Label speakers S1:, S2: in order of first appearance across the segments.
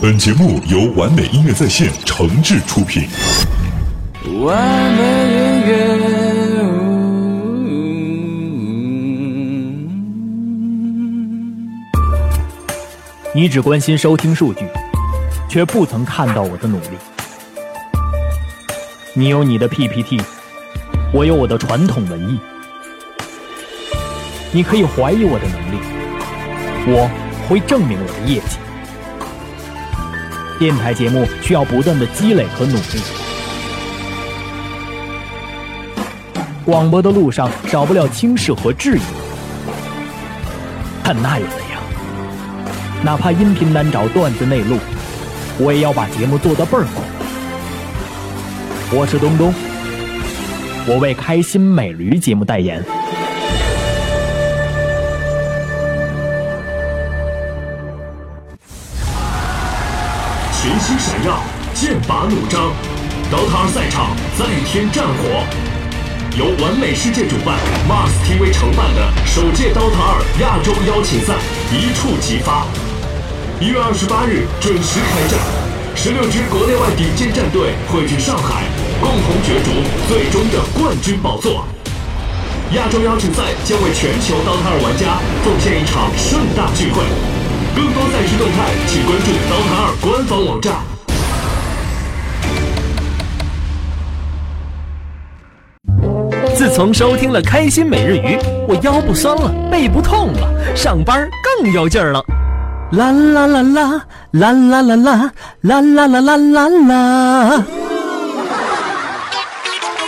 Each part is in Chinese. S1: 本节目由完美音乐在线诚挚出品。
S2: 完美音乐。嗯
S3: 你只关心收听数据，却不曾看到我的努力。你有你的 PPT，我有我的传统文艺。你可以怀疑我的能力，我会证明我的业绩。电台节目需要不断的积累和努力。广播的路上少不了轻视和质疑，但那又怎样？哪怕音频难找，段子内录，我也要把节目做得倍儿好。我是东东，我为开心美驴节目代言。
S4: 群星闪耀，剑拔弩张，DOTA 赛场再添战火。由完美世界主办，Mars TV 承办的首届 DOTA 二亚洲邀请赛一触即发。一月二十八日准时开战，十六支国内外顶尖战队汇聚上海，共同角逐最终的冠军宝座。亚洲邀请赛将为全球 DOTA 二玩家奉献一场盛大聚会。更多赛事动态，请关注 DOTA 二官方网站。
S5: 自从收听了《开心每日鱼》，我腰不酸了，背不痛了，上班更有劲儿了。啦啦啦啦啦啦啦啦啦啦啦啦啦啦！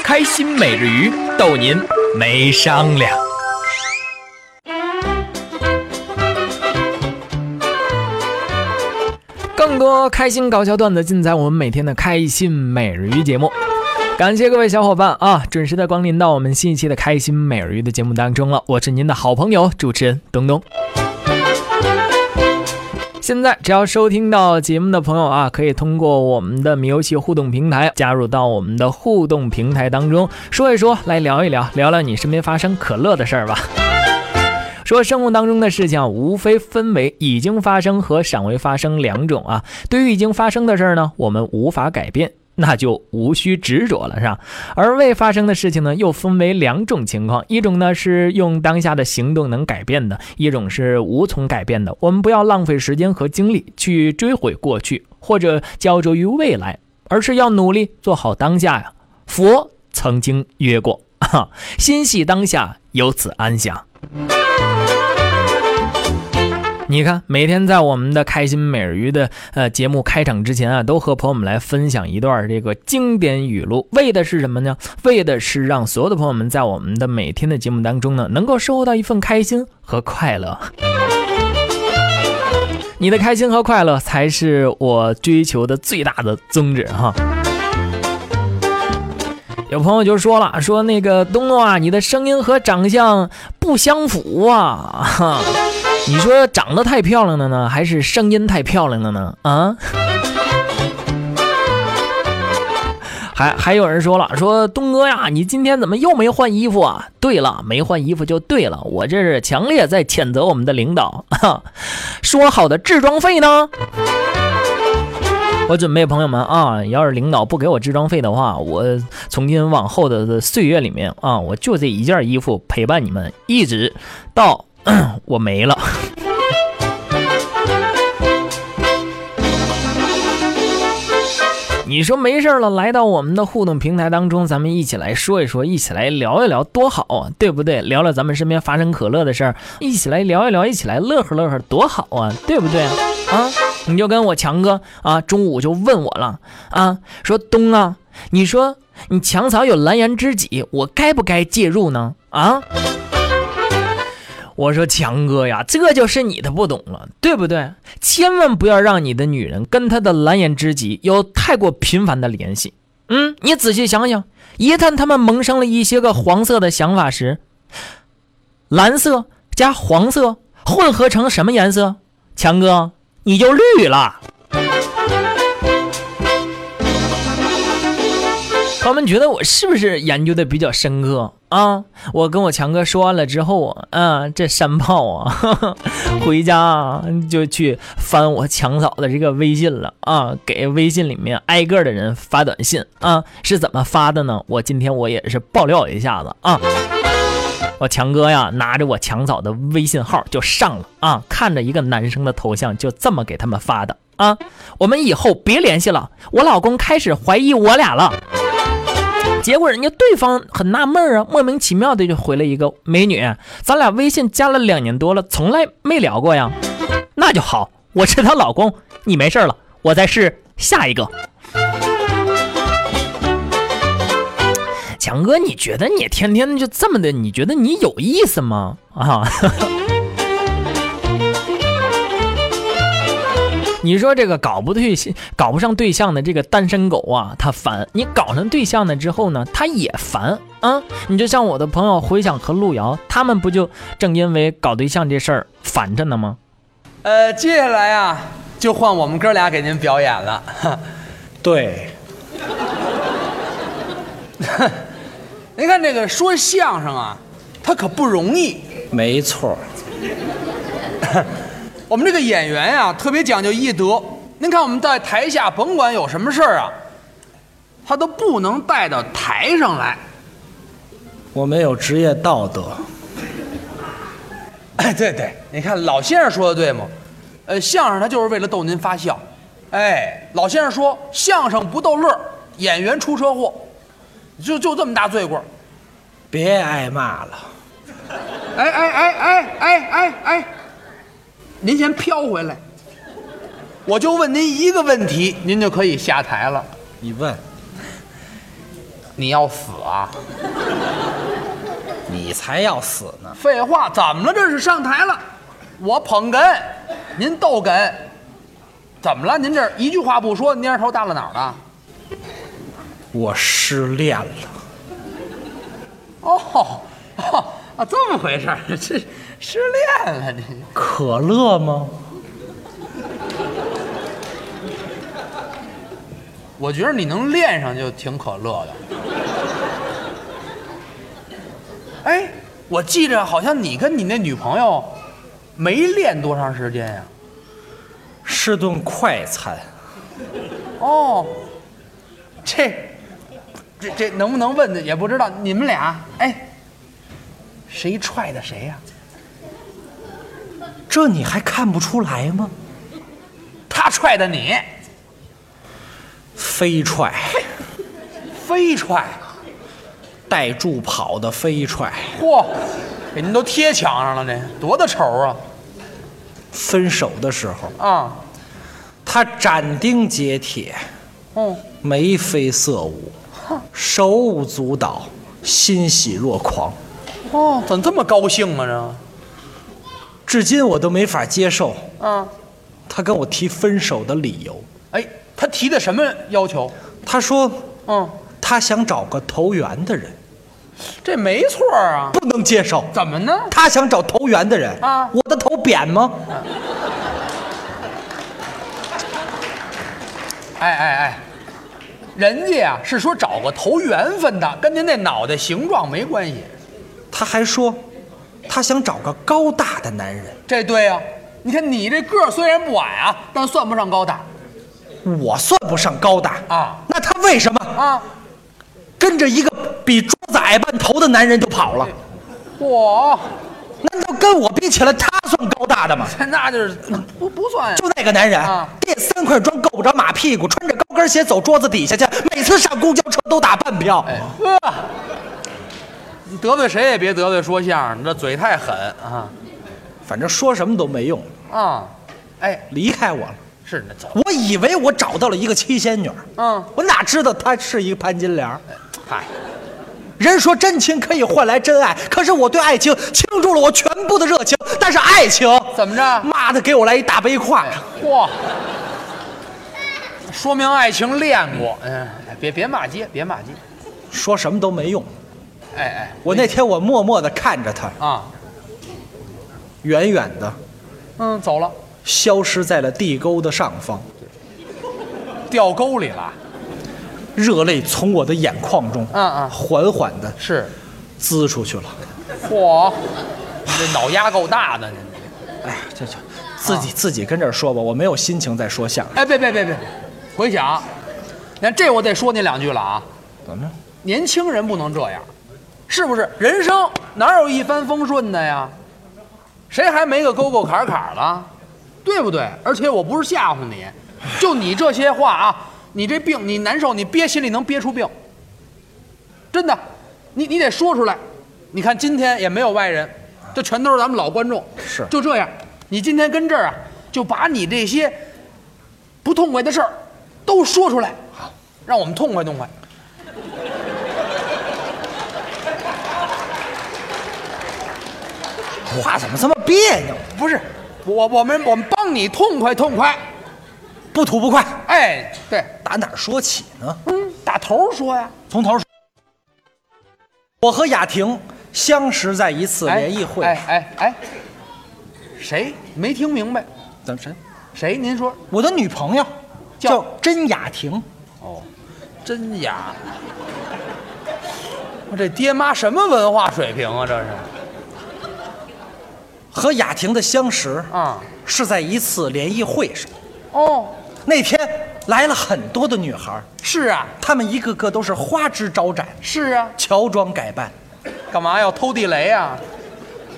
S5: 开心每日鱼逗您没商量。
S2: 更多开心搞笑段子尽在我们每天的开心每日鱼节目。感谢各位小伙伴啊，准时的光临到我们新一期的开心每日鱼的节目当中了。我是您的好朋友主持人东东。现在只要收听到节目的朋友啊，可以通过我们的米游戏互动平台加入到我们的互动平台当中，说一说，来聊一聊，聊聊你身边发生可乐的事儿吧。说生活当中的事情啊，无非分为已经发生和尚未发生两种啊。对于已经发生的事儿呢，我们无法改变，那就无需执着了，是吧？而未发生的事情呢，又分为两种情况，一种呢是用当下的行动能改变的，一种是无从改变的。我们不要浪费时间和精力去追悔过去，或者焦灼于未来，而是要努力做好当下呀。佛曾经曰过：“哈，心系当下，由此安详。”你看，每天在我们的开心美人鱼的呃节目开场之前啊，都和朋友们来分享一段这个经典语录，为的是什么呢？为的是让所有的朋友们在我们的每天的节目当中呢，能够收获到一份开心和快乐。你的开心和快乐才是我追求的最大的宗旨哈。有朋友就说了，说那个东东啊，你的声音和长相不相符啊。 哈。你说长得太漂亮了呢，还是声音太漂亮了呢？啊？还还有人说了，说东哥呀，你今天怎么又没换衣服啊？对了，没换衣服就对了，我这是强烈在谴责我们的领导。 哈，说好的置装费呢？我准备朋友们啊，要是领导不给我置装费的话，我从今往后的岁月里面啊，我就这一件衣服陪伴你们一直到 我没了。你说没事儿了，来到我们的互动平台当中，咱们一起来说一说，一起来聊一聊，多好啊，对不对？聊聊咱们身边发生可乐的事儿，一起来聊一聊，一起来乐呵乐呵，多好啊，对不对啊？啊，你就跟我强哥啊，中午就问我了啊，说东啊，你说你强嫂有蓝颜知己，我该不该介入呢？啊？我说强哥呀，这就是你的不懂了，对不对？千万不要让你的女人跟她的蓝颜知己有太过频繁的联系。嗯，你仔细想想，一旦他们萌生了一些个黄色的想法时，蓝色加黄色混合成什么颜色？强哥，你就绿了。
S4: 朋友们觉得我是不是研究的比较深刻啊？我跟我强哥说完了之后啊，啊，这山炮啊，呵呵回家啊就去翻我强嫂的这个微信了啊，给微信里面挨个的人发短信啊，是怎么发的呢？我今天我也是爆料一下子啊。我强哥呀，拿着我强嫂的微信号就上了啊，看着一个男生的头像，就这么给他们发的啊。我们以后别联系了，我老公开始怀疑我俩了。结果人家对方很纳闷儿啊，莫名其妙的就回了一个美女，咱俩微信加了两年多了，从来没聊过呀。那就好，我是她老公，你没事儿了，我再试下一个。强哥，你觉得你天天就这么的，你觉得你有意思吗？啊？你说这个搞不对象、搞不上对象的这个单身狗啊，他烦；你搞上对象了之后呢，他也烦啊。你就像我的朋友回想和路遥，他们不就正因为搞对象这事儿烦着呢吗？
S6: 呃，接下来啊，就换我们哥俩给您表演 了。
S7: 对，
S6: 您看这个说相声啊，他可不容易。
S7: 没错儿，
S6: 我们这个演员呀、特别讲究医德。您看我们在台下，甭管有什么事儿啊，他都不能带到台上来。
S7: 我们有职业道德。
S6: 哎，对对，你看老先生说的对吗？呃，相声他就是为了逗您发笑。哎，老先生说相声不逗乐儿，演员出车祸，就就这么大罪过。
S7: 别挨骂了，
S6: 哎哎哎哎哎哎哎，您先飘回来，我就问您一个问题，您就可以下台了。
S7: 你问，
S6: 你要死啊？
S7: 你才要死呢！
S6: 废话，怎么了？这是上台了，我捧哏，您逗哏，怎么了？您这一句话不说，蔫头耷拉脑的。
S7: 我失恋了，
S6: 哦，哦啊，这么回事儿， 这失恋了你。
S7: 可乐吗？
S6: 我觉得你能练上就挺可乐的。哎，我记着好像你跟你那女朋友没练多长时间呀、
S7: 是顿快餐，
S6: 哦，这这这能不能问的也不知道。你们俩，哎，谁踹的谁呀、
S7: 这你还看不出来吗？
S6: 他踹的你，
S7: 飞踹，
S6: 非踹。
S7: 带助跑的飞踹，
S6: 嚯，给您都贴墙上了，这多大仇啊！
S7: 分手的时候
S6: 啊，
S7: 他斩钉截铁，
S6: 嗯，
S7: 眉飞色舞，手舞足蹈，欣喜若狂。
S6: 哦，怎么这么高兴啊？这，
S7: 至今我都没法接受
S6: 啊，
S7: 他跟我提分手的理由。
S6: 哎，他提的什么要求？
S7: 他说
S6: 嗯，
S7: 他想找个投缘的人，
S6: 这没错儿啊。
S7: 不能接受。
S6: 怎么呢？
S7: 他想找投缘的人
S6: 啊
S7: 我的头扁吗？
S6: 哎哎哎，人家呀、是说找个投缘分的，跟您那脑袋形状没关系。
S7: 他还说他想找个高大的男人，
S6: 这对啊呀、你看你这个儿虽然不矮啊，但算不上高大
S7: 我算不上高大
S6: 啊
S7: 那他为什么
S6: 啊。
S7: 跟着一个比桌子矮半头的男人就跑了？
S6: 嚯，
S7: 难道跟我比起来他算高大的吗？
S6: 那就是 不不算呀
S7: 就那个男人
S6: 啊，
S7: 垫三块砖够不着马屁股，穿着高跟鞋走桌子底下去，每次上公交车都打半票。
S6: 呵，呃你得罪谁也别得罪说相声，你这嘴太狠啊
S7: 反正说什么都没用，
S6: 啊！哎，
S7: 离开我了。
S6: 是那走，
S7: 我以为我找到了一个七仙女，
S6: 嗯，
S7: 我哪知道她是一个潘金莲儿。
S6: 嗨，
S7: 人说真情可以换来真爱，可是我对爱情倾注了我全部的热情，但是爱情
S6: 怎么着？
S7: 妈的给我来一大背胯！
S6: 哎嚯，说明爱情练过。嗯，别别骂街，别骂街。
S7: 说什么都没用。
S6: 哎哎
S7: 我那天我默默地看着她，
S6: 啊，
S7: 远远的
S6: 嗯，走了，
S7: 消失在了地沟的上方。
S6: 掉沟里了。
S7: 热泪从我的眼眶中，
S6: 嗯嗯
S7: 缓缓的
S6: 是，
S7: 滋出去了。
S6: 嚯，你这脑压够大的，你
S7: 哎，这就自
S6: 啊
S7: 己、自己跟这儿说吧，我没有心情再说相声。
S6: 哎，别别别别，回想，你看这我得说你两句了啊。
S7: 怎么着？
S6: 年轻人不能这样，是不是？人生哪有一帆风顺的呀？谁还没个沟沟坎坎了，对不对？而且我不是吓唬你，就你这些话啊，你这病你难受，你憋心里能憋出病，真的，你你得说出来。你看今天也没有外人，这全都是咱们老观众，
S7: 是
S6: 就这样。你今天跟这儿啊，就把你这些不痛快的事儿都说出来，让我们痛快痛快。
S7: 话怎么这么别扭？
S6: 不是，我我们我们帮你痛快痛快。
S7: 不吐不快，
S6: 哎，对，
S7: 打哪儿说起呢？
S6: 嗯，打头说呀，
S7: 从头说。我和雅婷相识在一次联谊会，
S6: 哎哎哎，谁没听明白？
S7: 怎么谁？
S6: 谁？您说
S7: 我的女朋友
S6: 叫
S7: 叫甄雅婷，
S6: 真假？ 我这爹妈什么文化水平啊？这是
S7: 和雅婷的相识
S6: 啊，
S7: 是在一次联谊会上。
S6: 哦，
S7: 那天来了很多的女孩，
S6: 是啊，
S7: 她们一个个都是花枝招展，
S6: 是啊，
S7: 乔装改扮，
S6: 干嘛要偷地雷啊？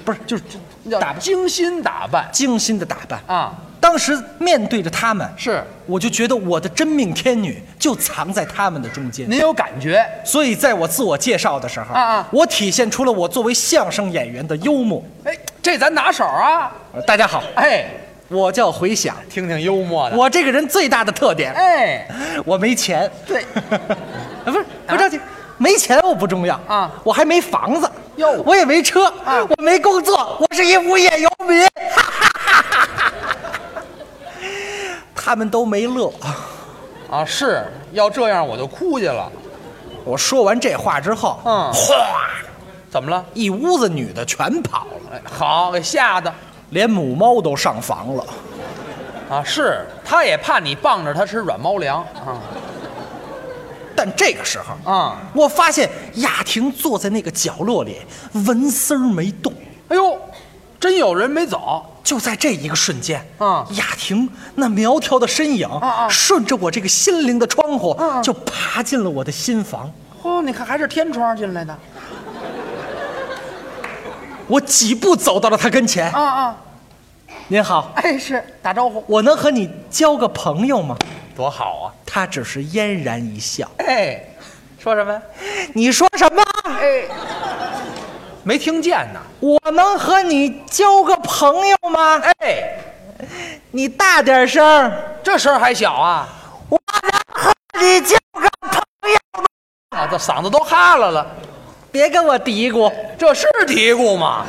S7: 不是就是
S6: 要
S7: 打扮
S6: 精心打扮
S7: 精心的打扮。
S6: 啊，
S7: 当时面对着她们，
S6: 是
S7: 我就觉得我的真命天女就藏在她们的中间。
S6: 您有感觉
S7: 所以在我自我介绍的时候，
S6: 啊啊
S7: 我体现出了我作为相声演员的幽默。
S6: 哎，这咱拿手啊，
S7: 呃大家好，
S6: 哎，
S7: 我叫回响，
S6: 听听幽默的，
S7: 我这个人最大的特点，
S6: 哎，
S7: 我没钱。
S6: 对，
S7: 啊不是不着急，没钱我不重要
S6: 啊
S7: 我还没房子
S6: 哟
S7: 我也没车
S6: 啊
S7: 我没工作，我是一无业游民。 他们都没乐。
S6: 啊，是要这样我就哭去了。
S7: 我说完这话之后，
S6: 嗯
S7: 哗，
S6: 怎么了？
S7: 一屋子女的全跑了，
S6: 哎，好，给吓的
S7: 连母猫都上房了。
S6: 啊！是，他也怕你傍着他吃软猫粮啊
S7: 但这个时候，
S6: 啊！
S7: 我发现雅婷坐在那个角落里，纹丝儿没动。
S6: 哎呦，真有人没走，
S7: 就在这一个瞬间，
S6: 啊
S7: 雅婷那苗条的身影，
S6: 啊啊
S7: 顺着我这个心灵的窗户，
S6: 啊啊
S7: 就爬进了我的心房。
S6: 哦，你看还是天窗进来的
S7: 我几步走到了她跟前，
S6: 啊啊！
S7: 您好，
S6: 哎，是打招呼，
S7: 我能和你交个朋友吗？
S6: 多好啊！
S7: 她只是嫣然一笑，
S6: 哎，说什么呀？
S7: 你说什么？
S6: 哎，没听见呢。
S7: 我能和你交个朋友吗？
S6: 哎，
S7: 你大点声儿，
S6: 这声儿还小啊！
S7: 你交个，
S6: 啊，这嗓子都哈了了，
S7: 别跟我嘀咕。
S6: 这是嘀咕吗？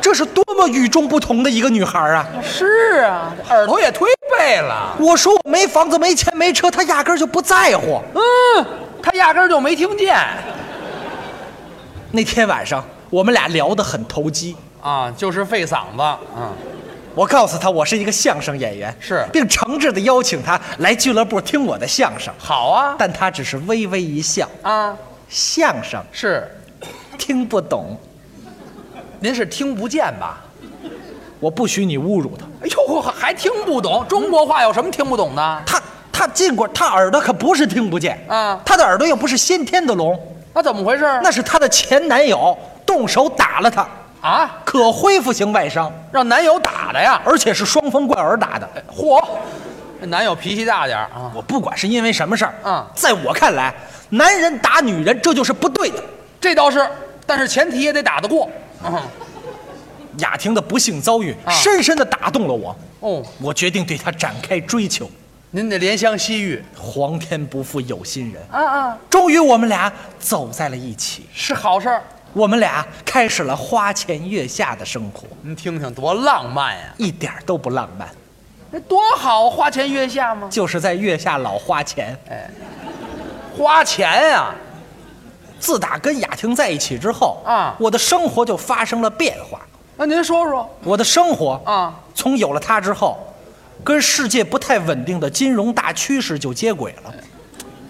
S7: 这是多么与众不同的一个女孩啊！
S6: 是啊，耳朵也忒背了。
S7: 我说我没房子、没钱、没车，她压根儿就不在乎。
S6: 嗯，他压根儿就没听见
S7: 那天晚上我们俩聊得很投机，
S6: 啊，就是费嗓子。嗯，
S7: 我告诉她我是一个相声演员，
S6: 是
S7: 并诚挚地邀请她来俱乐部听我的相声，
S6: 好啊
S7: 但她只是微微一笑，
S6: 啊，
S7: 相声
S6: 是，
S7: 听不懂，
S6: 您是听不见吧？
S7: 我不许你侮辱她。
S6: 哎呦，还听不懂中国话有什么听不懂的？
S7: 她她进过，她耳朵可不是听不见
S6: 啊
S7: 她的耳朵又不是先天的聋，
S6: 那怎么回事？
S7: 那是她的前男友动手打了她，
S6: 啊，
S7: 可恢复性外伤。
S6: 让男友打的呀？
S7: 而且是双方怪耳打的。
S6: 嚯，这男友脾气大点儿啊。
S7: 我不管是因为什么事儿，
S6: 嗯
S7: 在我看来，男人打女人这就是不对的。
S6: 这倒是，但是前提也得打得过。嗯，
S7: 雅婷的不幸遭遇深深地打动了我，
S6: 哦，
S7: 我决定对她展开追求。
S6: 您得怜香惜玉
S7: 皇天不负有心人，
S6: 啊啊，
S7: 终于我们俩走在了一起，
S6: 是好事儿。
S7: 我们俩开始了花前月下的生活，
S6: 您听听，多浪漫呀、
S7: 一点儿都不浪漫，
S6: 那多好，花前月下吗？
S7: 就是在月下老花钱。
S6: 花钱呀、
S7: 自打跟雅婷在一起之后，
S6: 啊
S7: 我的生活就发生了变化。
S6: 那您说说
S7: 我的生活
S6: 啊，
S7: 从有了它之后，跟世界不太稳定的金融大趋势就接轨了。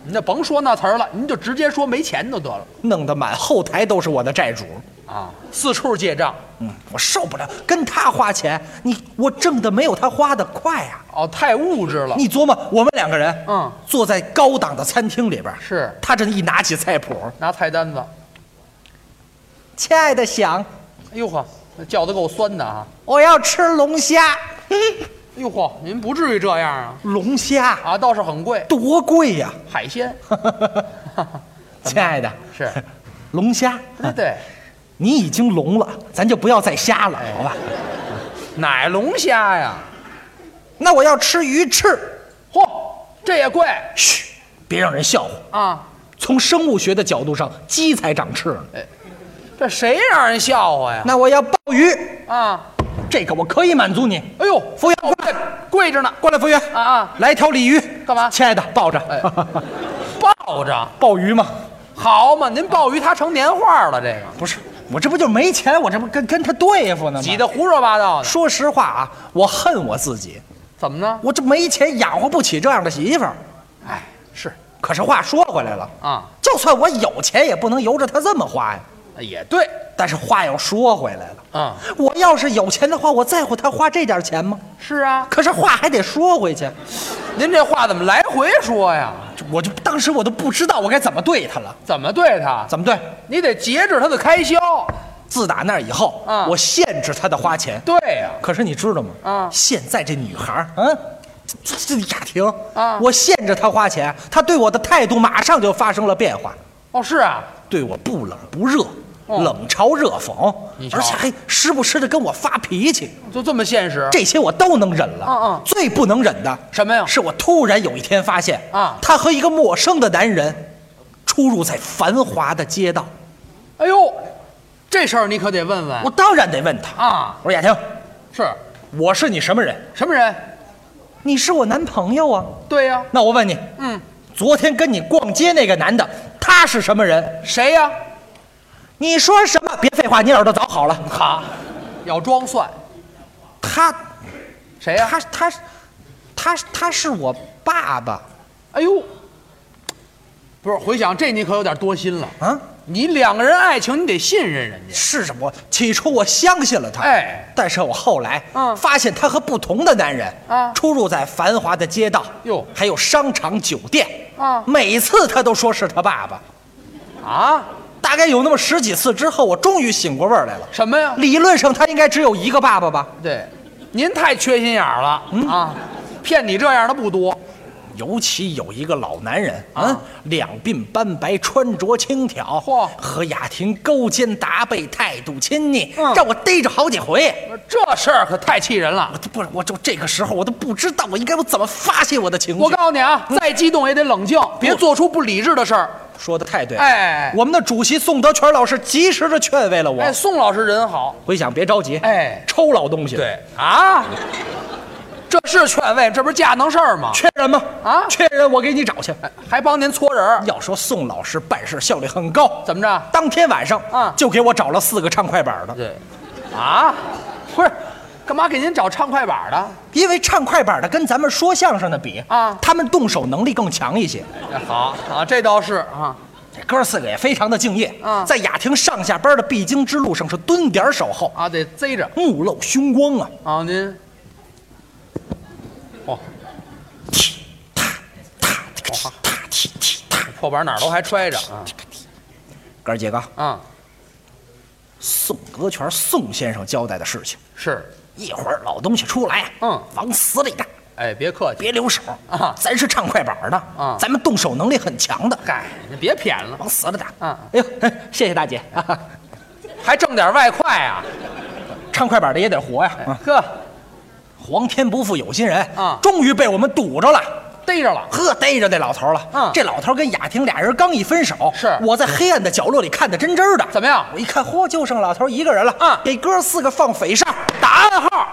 S6: 你就甭说那词儿了，您就直接说没钱就得了
S7: 弄得满后台都是我的债主。
S6: 啊，四处借账。
S7: 嗯，我受不了，跟他花钱，你我挣的没有他花的快啊！
S6: 哦，太物质了。
S7: 你琢磨，我们两个人，
S6: 嗯，
S7: 坐在高档的餐厅里边，
S6: 是
S7: 他这一拿起菜谱，
S6: 拿菜单子，
S7: 亲爱的想，
S6: 哎呦呵，那叫的够酸的啊！
S7: 我要吃龙虾，
S6: 哎呦嚯，您不至于这样啊！
S7: 龙虾
S6: 啊，倒是很贵，
S7: 多贵呀、
S6: 海鲜
S7: 亲爱的，
S6: 是，
S7: 龙虾，
S6: 对
S7: 嗯
S6: 对，
S7: 你已经聋了，咱就不要再瞎了，
S6: 哎
S7: 好吧？
S6: 奶龙虾呀，
S7: 那我要吃鱼翅，
S6: 嚯，这也贵
S7: 嘘，别让人笑话。
S6: 啊！
S7: 从生物学的角度上，鸡才长翅呢。
S6: 这谁让人笑话呀？
S7: 哎那我要鲍鱼，
S6: 啊，
S7: 这个我可以满足你。
S6: 哎呦，
S7: 服务员，
S6: 哦贵贵着呢，
S7: 过来，服务员
S6: 啊啊，
S7: 来一条鲤鱼，
S6: 干嘛
S7: 亲爱的，抱着。
S6: 哎抱着
S7: 鲍鱼吗？
S6: 好嘛，您鲍鱼它成年画了，这个
S7: 不是，我这不就没钱，我这不跟跟他对付呢吗？
S6: 挤得胡说八道的，
S7: 说实话啊，我恨我自己，
S6: 怎么呢？
S7: 我这没钱养活不起这样的媳妇儿。
S6: 哎，是
S7: 可是话说回来了，
S6: 啊，
S7: 就算我有钱，也不能由着他这么花呀。
S6: 也对，
S7: 但是话又说回来了，
S6: 嗯，
S7: 我要是有钱的话，我在乎他花这点钱吗？
S6: 是啊，
S7: 可是话还得说回去，
S6: 您这话怎么来回说呀？
S7: 这我就当时我都不知道我该怎么对他了，
S6: 怎么对他？
S7: 怎么对？
S6: 你得节制他的开销。
S7: 自打那以后，
S6: 啊
S7: 我限制他的花钱。
S6: 对呀、
S7: 可是你知道吗？
S6: 啊
S7: 现在这女孩儿，嗯，这这雅婷
S6: 啊
S7: 我限制她花钱，她对我的态度马上就发生了变化，
S6: 哦，是啊，
S7: 对我不冷不热，
S6: 哦
S7: 冷嘲热讽
S6: 你，瞧
S7: 而且还时不时的跟我发脾气，
S6: 就这么现实。
S7: 这些我都能忍了。
S6: 嗯嗯
S7: 最不能忍的
S6: 什么呀
S7: 是我突然有一天发现
S6: 啊
S7: 她和一个陌生的男人出入在繁华的街道，
S6: 哎呦，这事儿你可得问问
S7: 我当然得问她
S6: 啊。
S7: 我说雅婷，
S6: 是
S7: 我是你什么人？
S6: 什么人？
S7: 你是我男朋友啊。
S6: 对呀、
S7: 那我问你，
S6: 嗯，
S7: 昨天跟你逛街那个男的，他是什么人？
S6: 谁呀、
S7: 你说什么？别废话，你耳朵早好了。好，
S6: 要装蒜。
S7: 他
S6: 谁哎呀、
S7: 他他他他是我爸爸
S6: 哎呦，不是，回想这你可有点多心了。
S7: 啊！
S6: 你两个人爱情，你得信任人家。
S7: 是什么？起初我相信了他，
S6: 哎，
S7: 但是我后来
S6: 嗯
S7: 发现他和不同的男人
S6: 啊
S7: 出入在繁华的街道，
S6: 哟
S7: 还有商场、酒店
S6: 啊
S7: 每次他都说是他爸爸。
S6: 啊？
S7: 大概有那么十几次之后，我终于醒过味儿来了。
S6: 什么呀？
S7: 理论上他应该只有一个爸爸吧？
S6: 对，您太缺心眼儿了、啊！骗你这样的不多。
S7: 尤其有一个老男人
S6: 啊
S7: 啊，两鬓斑白，穿着轻佻，
S6: 嚯
S7: 和雅婷勾肩搭背，态度亲昵，
S6: 嗯
S7: 让我逮着好几回。
S6: 这事儿可太气人了
S7: 我。啊都不是，我就这个时候我都不知道我应该我怎么发泄我的情绪。
S6: 我告诉你啊，再激动也得冷静，别做出不理智的事儿。
S7: 说的太对了，
S6: 哎
S7: 我们的主席宋德全老师及时的劝慰了我。
S6: 哎，宋老师人好。
S7: 回想别着急，
S6: 哎
S7: 抽老东西，，
S6: 啊，这是劝慰，这不是架能事儿吗？
S7: 缺人吗？
S6: 啊哎
S7: 缺人，我给你找去。
S6: 还帮您搓人儿，
S7: 要说宋老师办事效率很高，
S6: 怎么着？
S7: 当天晚上
S6: 啊
S7: 就给我找了四个唱快板的，
S6: 对，啊，不是，干嘛给您找唱快板的？
S7: 因为唱快板的跟咱们说相声的比
S6: 啊
S7: 他们动手能力更强一些。
S6: 好啊，这倒是啊，
S7: 这哥四个也非常的敬业
S6: 啊
S7: 在雅婷上下班的必经之路上是蹲点守候，
S6: 啊得贼着
S7: 目露凶光啊！
S6: 啊您。哦，
S7: 哦
S6: 破板哪儿都还揣 着啊
S7: 哥儿几个，
S6: 啊，
S7: 宋德全宋先生交代的事情，
S6: 是，
S7: 一会儿老东西出来，
S6: 嗯
S7: 往死里打，
S6: 哎，别客气，
S7: 别留手
S6: 啊
S7: 咱是唱快板的
S6: 啊
S7: 咱们动手能力很强的，
S6: 嗨，你别谝了，
S7: 往死了打
S6: 啊
S7: 哎呦，嘿谢谢大姐，啊
S6: 还挣点外快啊，
S7: 唱快板的也得活呀。啊
S6: 呵，
S7: 皇天不负有心人
S6: 哎啊
S7: 终于被我们堵着了。
S6: 逮着了，
S7: 呵，逮着那老头了。
S6: 嗯
S7: 这老头跟雅婷俩人刚一分手，
S6: 是
S7: 我在黑暗的角落里看得真真的。
S6: 怎么样
S7: 我一看，嚯，就剩老头一个人了。
S6: 嗯
S7: 给哥四个放匪哨，
S6: 打暗号，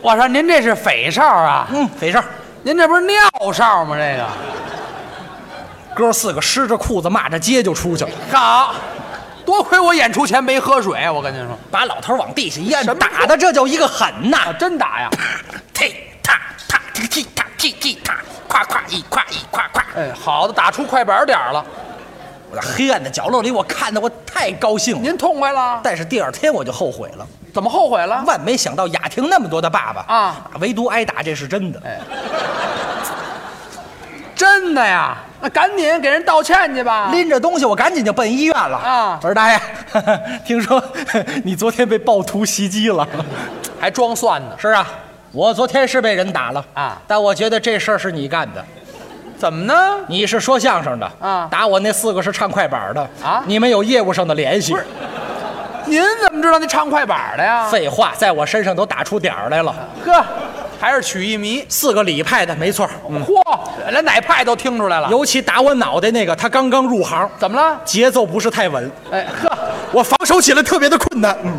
S6: 我说您这是匪哨啊，
S7: 嗯，匪哨。
S6: 您这不是尿哨吗？这个
S7: 哥四个湿着裤子骂着街就出去了，
S6: 好，啊多亏我演出前没喝水，我跟您说，
S7: 把老头往地下一按
S6: 什，么啊
S7: 打的这叫一个狠呐！
S6: 真打呀，
S7: 呸！
S8: 这个踢踏踢踢踏，夸夸一夸一夸夸。
S6: 哎，好的，打出快板点儿了，
S7: 我在黑暗的角落里，我看的我太高兴了。
S6: 您痛快了？
S7: 但是第二天我就后悔了，
S6: 怎么后悔了？
S7: 万没想到雅婷那么多的爸爸
S6: 啊，哎
S7: 唯独挨打这是真的。
S6: 真的呀？那赶紧给人道歉去吧。
S7: 拎着东西，我赶紧就奔医院了
S6: 啊
S7: 我说大爷，呵呵听说呵你昨天被暴徒袭击了。
S6: 还装蒜呢？
S7: 是啊，我昨天是被人打了
S6: 啊
S7: 但我觉得这事儿是你干的。
S6: 怎么呢？
S7: 你是说相声的
S6: 啊
S7: 打我那四个是唱快板的
S6: 啊
S7: 你们有业务上的联系。
S6: 您怎么知道那唱快板的呀？
S7: 废话，在我身上都打出点儿来了。
S6: 呵，还是曲艺迷。
S7: 四个礼派的，没错儿，
S6: 嚯，连奶派都听出来了。
S7: 尤其打我脑袋那个，他刚刚入行，
S6: 怎么了？
S7: 节奏不是太稳，
S6: 哎呵，
S7: 我防守起来特别的困难。嗯，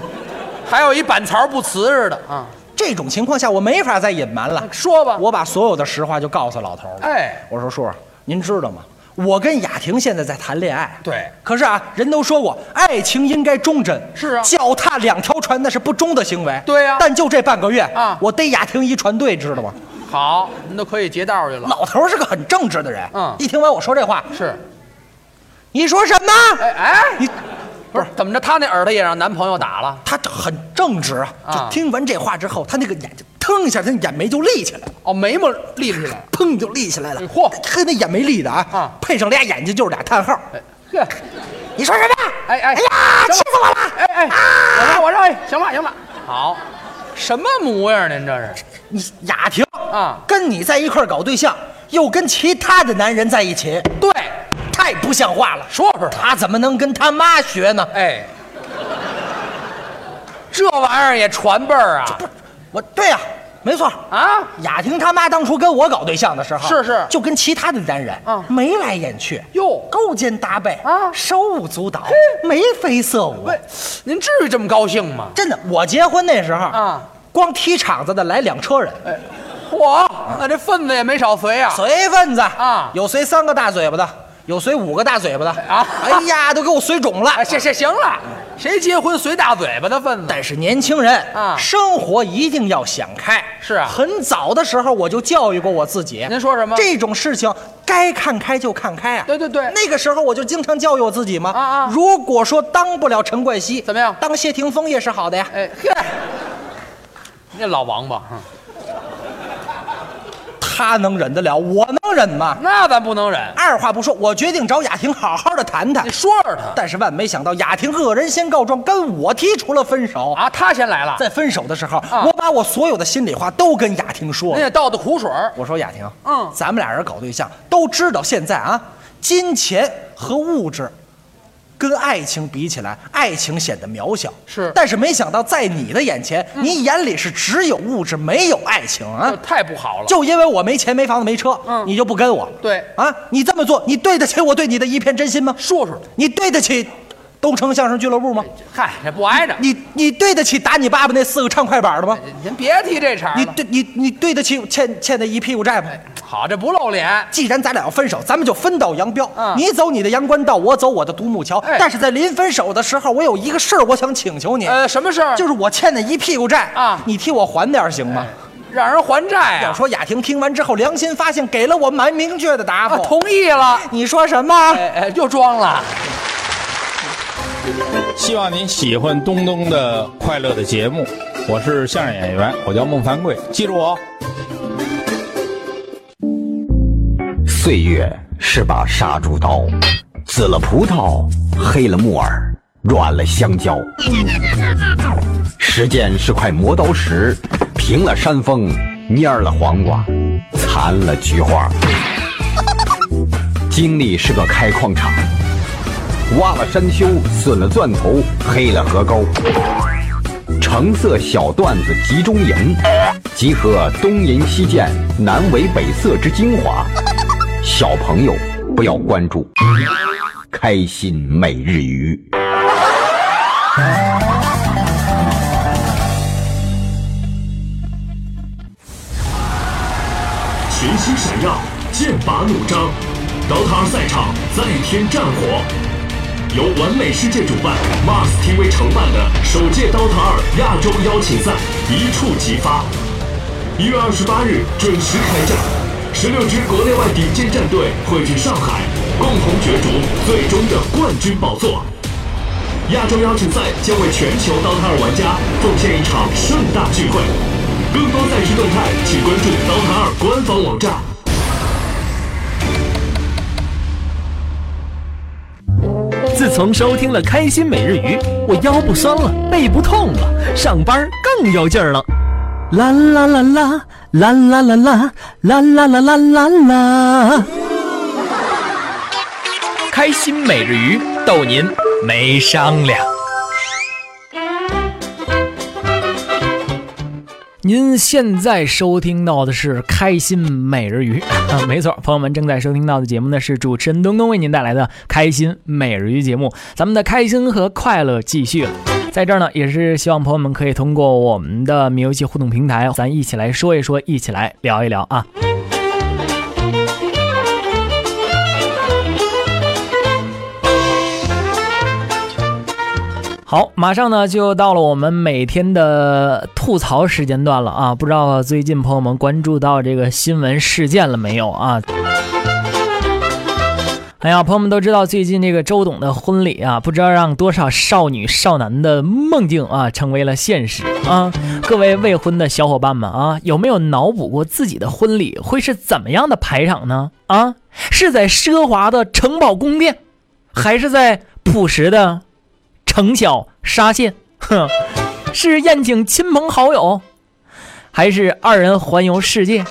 S6: 还有一板槽不瓷实的啊。
S7: 这种情况下我没法再隐瞒了。
S6: 嗯说吧，
S7: 我把所有的实话就告诉老头儿了。
S6: 哎，
S7: 我说叔啊，您知道吗？我跟雅婷现在在谈恋爱。
S6: 对
S7: 可是啊，人都说过，爱情应该忠贞。
S6: 是啊
S7: 脚踏两条船那是不忠的行为。
S6: 对呀
S7: 但就这半个月
S6: 啊
S7: 我逮雅婷一船队，知道吗？
S6: 好，您都可以劫道去了。
S7: 老头儿是个很正直的人。
S6: 嗯
S7: 一听完我说这话，
S6: 是，
S7: 你说什么？
S6: 哎哎，
S7: 你
S6: 不是怎么着？她那耳朵也让男朋友打了？
S7: 他很正直啊。
S6: 啊
S7: 就听完这话之后，他那个眼睛腾一下，他那眼眉就立起来了，
S6: 哦，眉毛立起来。
S7: 砰就立起来了。
S6: 哎嚯
S7: 他那眼眉立的啊，
S6: 啊
S7: 配上俩眼睛就是俩叹号。
S6: 哎呵，
S7: 你说什么？
S6: 哎哎
S7: 哎呀，
S6: 行
S7: 气
S6: 了
S7: 死我了！
S6: 哎哎，我让我让，哎行了行了，好，什么模样？您这是？
S7: 你雅婷
S6: 啊
S7: 跟你在一块儿搞对象，又跟其他的男人在一起，
S6: 对，
S7: 太不像话了。
S6: 说说
S7: 他怎么能跟他妈学呢？
S6: 哎，这玩意儿也传辈儿啊
S7: 不是，我对呀、没错。
S6: 啊！
S7: 雅婷他妈当初跟我搞对象的时候，
S6: 是是
S7: 就跟其他的男人
S6: 啊
S7: 眉来眼去，
S6: 哟
S7: 勾肩搭背
S6: 啊
S7: 手舞足蹈，眉飞色舞。
S6: 喂，您至于这么高兴吗？
S7: 真的，我结婚那时候
S6: 啊，
S7: 光踢场子的来两车人，
S6: 嚯，那这份子也没少随啊！
S7: 随份子
S6: 啊
S7: 有随三个大嘴巴的，有随五个大嘴巴的
S6: 啊
S7: 哎呀，都给我随肿了。
S6: 哎，这这行了，谁结婚随大嘴巴的份子？
S7: 但是年轻人
S6: 啊
S7: 生活一定要想开。
S6: 是啊
S7: 很早的时候我就教育过我自己。
S6: 您说什么
S7: 这种事情该看开就看开啊。
S6: 对对对
S7: 那个时候我就经常教育我自己嘛。
S6: 啊啊
S7: 如果说当不了陈冠希，
S6: 怎么样
S7: 当谢霆锋也是好的呀。
S6: 哎嘿， 那老王八，嗯哼
S7: 他能忍得了，我能忍吗？
S6: 那咱不能忍，
S7: 二话不说，我决定找雅婷好好的谈谈
S6: 你。说说他
S7: 但是万没想到，雅婷恶人先告状，跟我提出了分手。
S6: 啊，他先来了，
S7: 在分手的时候，我把我所有的心里话都跟雅婷说
S6: 您
S7: 了。
S6: 也倒的苦水儿
S7: 我说雅婷，
S6: 嗯
S7: 咱们俩人搞对象都知道，现在啊，金钱和物质跟爱情比起来，爱情显得渺小。
S6: 是
S7: 但是没想到在你的眼前，你眼里是只有物质，没有爱情啊
S6: 这。太不好了。
S7: 就因为我没钱、没房子、没车，
S6: 嗯
S7: 你就不跟我？
S6: 对
S7: 啊，你这么做，你对得起我对你的一片真心吗？
S6: 说说，
S7: 你对得起东城相声俱乐部吗？
S6: 嗨，这不挨着，
S7: 你你对得起打你爸爸那四个唱快板的吗？
S6: 您别提这茬儿
S7: 你
S6: 了。
S7: 对你你对得起欠欠的一屁股债
S6: 哎
S7: 吗？
S6: 好，这不露脸，
S7: 既然咱俩要分手，咱们就分道扬镳。
S6: 嗯
S7: 你走你的阳关道，我走我的独木桥。
S6: 哎
S7: 但是在临分手的时候，我有一个事儿，我想请求你，
S6: 呃，什么事儿？
S7: 就是我欠的一屁股债
S6: 啊
S7: 你替我还点儿行吗？
S6: 让人还债
S7: 要
S6: 啊。
S7: 说雅婷听完之后良心发现，给了我蛮明确的答
S6: 啊，
S7: 复。
S6: 同意了。
S7: 你说什么？
S6: 哎哎，又装 了。
S9: 希望您喜欢东东的快乐的节目，我是相声演员，我叫孟凡贵，记住我哦。
S10: 岁月是把杀猪刀，紫了葡萄，黑了木耳，软了香蕉。时间是块磨刀石，平了山峰，蔫儿了黄瓜，残了菊花。经历是个开矿场，挖了山丘，损了钻头，黑了河沟。橙色小段子集中营，集合东银西剑、南为北色之精华。小朋友不要关注，开心每日鱼。
S11: 群星闪耀，剑拔弩张，刀塔尔赛场再添战火。由完美世界主办，Mars TV 承办的首届刀塔尔亚洲邀请赛一触即发。一月二十八日准时开战，十六支国内外顶尖战队汇聚上海，共同角逐最终的冠军宝座。亚洲邀请赛将为全球 DOTA 玩家奉献一场盛大聚会。更多赛事动态，请关注 DOTA 2官方网站。
S2: 自从收听了开心每日鱼，我腰不酸了，背不痛了，上班更有劲儿了。啦啦啦啦啦啦啦啦啦啦啦啦啦啦！
S4: 开心每日鱼逗您没商量。您现在收听到的是《开心每日鱼》啊，没错，朋友们正在收听到的节目呢是主持人东东为您带来的《开心每日鱼》节目，咱们的开心和快乐继续了。在这儿呢，也是希望朋友们可以通过我们的米游戏互动平台，咱一起来说一说，一起来聊一聊啊。好，马上呢就到了我们每天的吐槽时间段了啊！不知道最近朋友们关注到这个新闻事件了没有啊？哎呀，朋友们都知道最近这个周董的婚礼啊，不知道让多少少女少男的梦境啊成为了现实啊！各位未婚的小伙伴们啊，有没有脑补过自己的婚礼会是怎么样的排场呢？啊，是在奢华的城堡宫殿，还是在朴实的？城小纱线，哼， 是宴请亲朋好友，还是二人环游世界？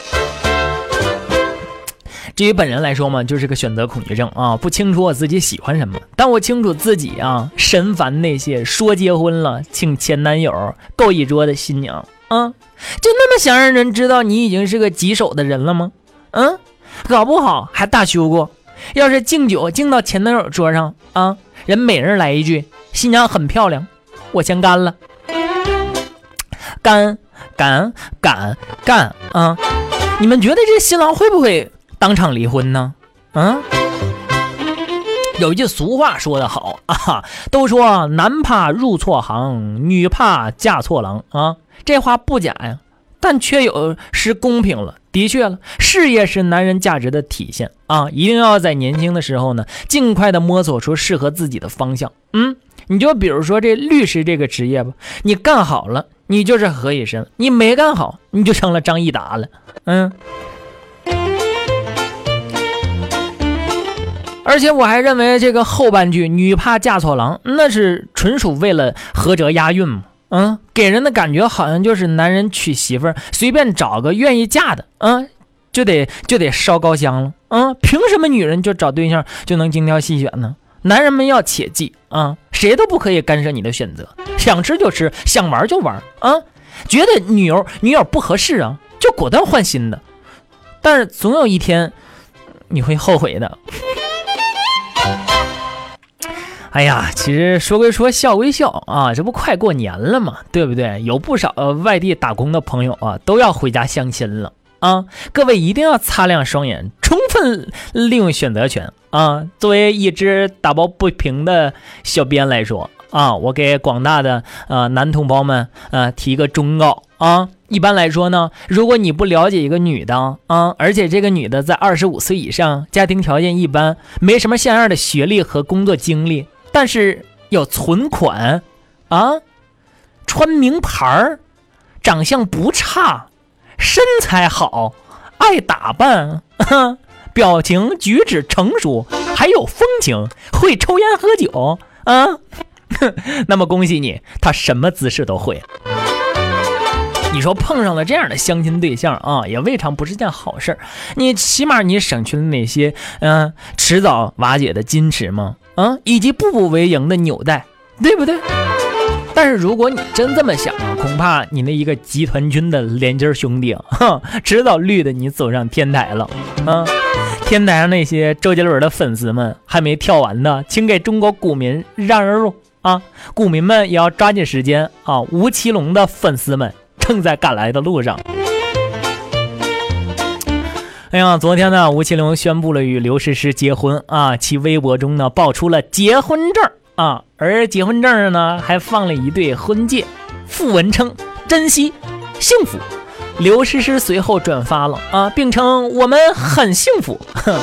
S4: 至于本人来说嘛，就是个选择恐惧症啊，不清楚我自己喜欢什么，但我清楚自己啊，神烦那些说结婚了，请前男友够一桌的新娘啊，就那么想让人知道你已经是个棘手的人了吗？嗯、啊，搞不好还大修过。要是敬酒敬到前男友桌上啊，人每人来一句。新娘很漂亮，我先干了，干干干干啊！你们觉得这新郎会不会当场离婚呢？啊？有一句俗话说得好 啊，都说男怕入错行，女怕嫁错郎啊，这话不假呀，但却有失公平了。的确了，事业是男人价值的体现啊！一定要在年轻的时候呢，尽快的摸索出适合自己的方向。嗯。你就比如说这律师这个职业吧，你干好了，你就是何以琛；你没干好，你就成了张益达了。嗯，而且我还认为这个后半句“女怕嫁错郎”那是纯属为了合辙押韵嘛。嗯，给人的感觉好像就是男人娶媳妇儿随便找个愿意嫁的，嗯，就得就得烧高香了。嗯，凭什么女人就找对象就能精挑细选呢？男人们要切记啊，谁都不可以干涉你的选择，想吃就吃，想玩就玩啊！觉得女友女友不合适啊，就果断换新的。但是总有一天你会后悔的。哎呀，其实说归说，笑归笑啊，这不快过年了嘛，对不对？有不少、呃、外地打工的朋友啊，都要回家相亲了。啊，各位一定要擦亮双眼，充分利用选择权啊！作为一只打抱不平的小编来说啊，我给广大的呃男同胞们呃提个忠告啊。一般来说呢，如果你不了解一个女的啊，而且这个女的在二十五岁以上，家庭条件一般，没什么像样的学历和工作经历，但是有存款啊，穿名牌儿，长相不差。身材好，爱打扮， 表情举止成熟，还有风情，会抽烟喝酒啊！ 那么恭喜你，他什么姿势都会。你说碰上了这样的相亲对象啊，也未尝不是件好事儿。你起码你省去了那些嗯、呃、迟早瓦解的矜持嘛，啊，以及步步为营的纽带，对不对？但是如果你真这么想啊，恐怕你那一个集团军的连襟兄弟，哼，迟早绿的你走上天台了啊！天台上那些周杰伦的粉丝们还没跳完呢，请给中国股民让让路啊！股民们也要抓紧时间啊！吴奇隆的粉丝们正在赶来的路上。哎呀，昨天呢，吴奇隆宣布了与刘诗诗结婚啊，其微博中呢爆出了结婚证。啊，而结婚证上呢还放了一对婚戒，附文称珍惜、幸福，刘诗诗随后转发了啊，并称我们很幸福。 哼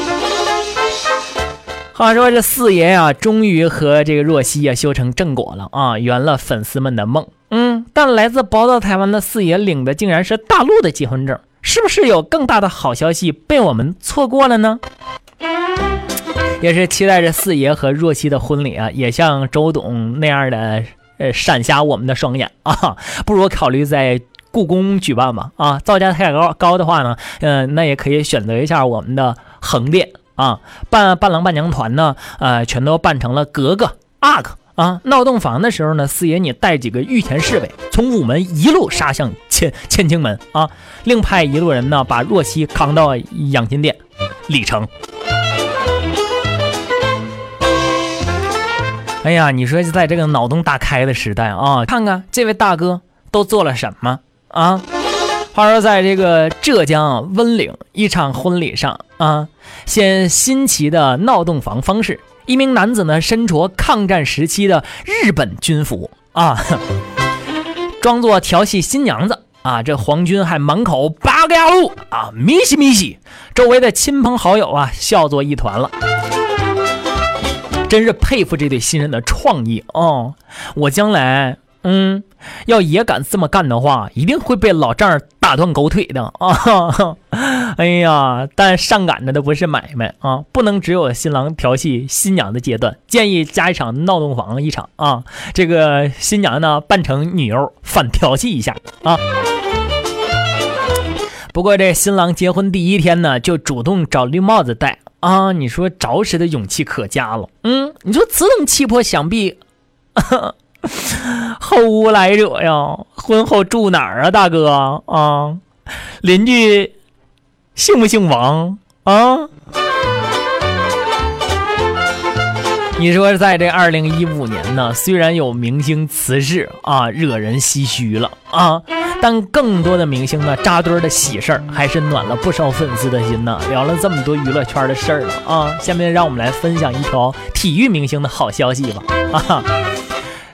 S4: 话说这四爷啊，终于和这个若曦啊修成正果了啊，圆了粉丝们的梦。嗯，但来自宝岛台湾的四爷领的竟然是大陆的结婚证，是不是有更大的好消息被我们错过了呢？也是期待着四爷和若曦的婚礼啊，也像周董那样的呃闪瞎我们的双眼啊！ 不如考虑在故宫举办吧啊，造价太高高的话呢，嗯、那也可以选择一下我们的横店啊，伴伴郎伴娘团呢，呃，全都扮成了格格、阿哥啊。闹洞房的时候呢，四爷你带几个御前侍卫，从午门一路杀向千千清门啊，另派一路人呢，把若曦扛到养心殿里城。哎呀，你说在这个脑洞大开的时代啊，看看这位大哥都做了什么啊？话说，在这个浙江温岭一场婚礼上啊，现新奇的闹洞房方式，一名男子呢身着抗战时期的日本军服啊， 装作调戏新娘子啊，这皇军还满口八嘎路啊，咪西咪西，周围的亲朋好友啊笑作一团了。真是佩服这对新人的创意哦！我将来，嗯，要也敢这么干的话，一定会被老丈人打断狗腿的 啊！哎呀，但上赶着的不是买卖啊，不能只有新郎调戏新娘的阶段，建议加一场闹洞房一场啊！这个新娘呢，扮成女优反调戏一下啊！不过这新郎结婚第一天呢，就主动找绿帽子戴啊，你说着实的勇气可嘉了。嗯，你说此等气魄，想必 后无来者呀。婚后住哪儿啊，大哥啊？邻居姓不姓王啊？你说，在这二零一五年呢，虽然有明星辞世啊，惹人唏嘘了啊，但更多的明星呢扎堆儿的喜事儿，还是暖了不少粉丝的心呢。聊了这么多娱乐圈的事儿了啊，下面让我们来分享一条体育明星的好消息吧啊。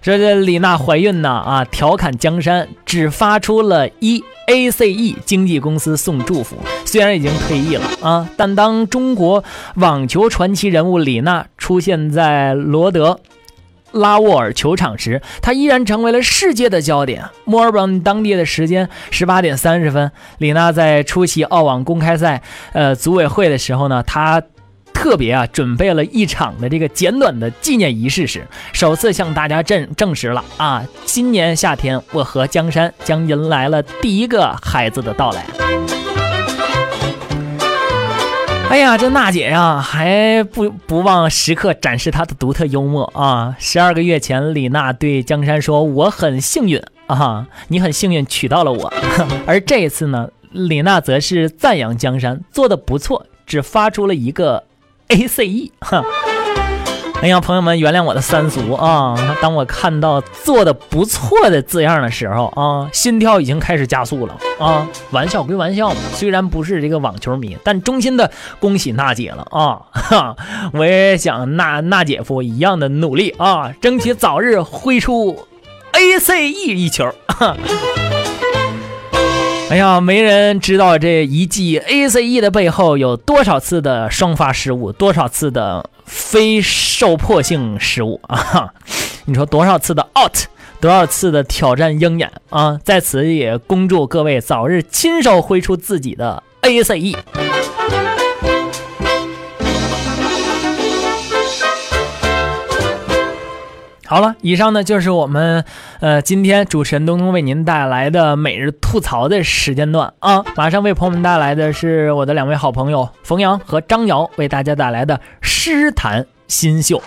S4: 说这李娜怀孕呢啊，调侃江山只发出了一 A C E 经纪公司送祝福，虽然已经退役了啊，但当中国网球传奇人物李娜出现在罗德拉沃尔球场时，她依然成为了世界的焦点。墨尔本当地的时间十八点三十分，李娜在出席澳网公开赛呃组委会的时候呢，她。特别啊，准备了一场的这个简短的纪念仪式时，首次向大家证证实了啊，今年夏天我和江山将迎来了第一个孩子的到来。哎呀，这娜姐呀、还不不忘时刻展示她的独特幽默啊！十二个月前，李娜对江山说：“我很幸运啊，你很幸运娶到了我。” 而这一次呢，李娜则是赞扬江山做的不错，只发出了一个 A C E。哈，哎呀，朋友们，原谅我的三俗啊！当我看到“做的不错”的字样的时候啊，心跳已经开始加速了啊！玩笑归玩笑嘛，虽然不是这个网球迷，但衷心的恭喜娜姐了啊！ 哈，我也想娜娜姐夫一样的努力啊，争取早日挥出 A C E 一球。哈哎呀，没人知道这一记 A C E 的背后有多少次的双发失误，多少次的非受迫性失误啊！ 哈你说多少次的 out，多少次的挑战鹰眼啊！在此也恭祝各位早日亲手挥出自己的 A C E。好了，以上呢就是我们呃今天主持人东东为您带来的每日吐槽的时间段啊。马上为朋友们带来的是我的两位好朋友冯阳和张瑶为大家带来的诗坛新秀。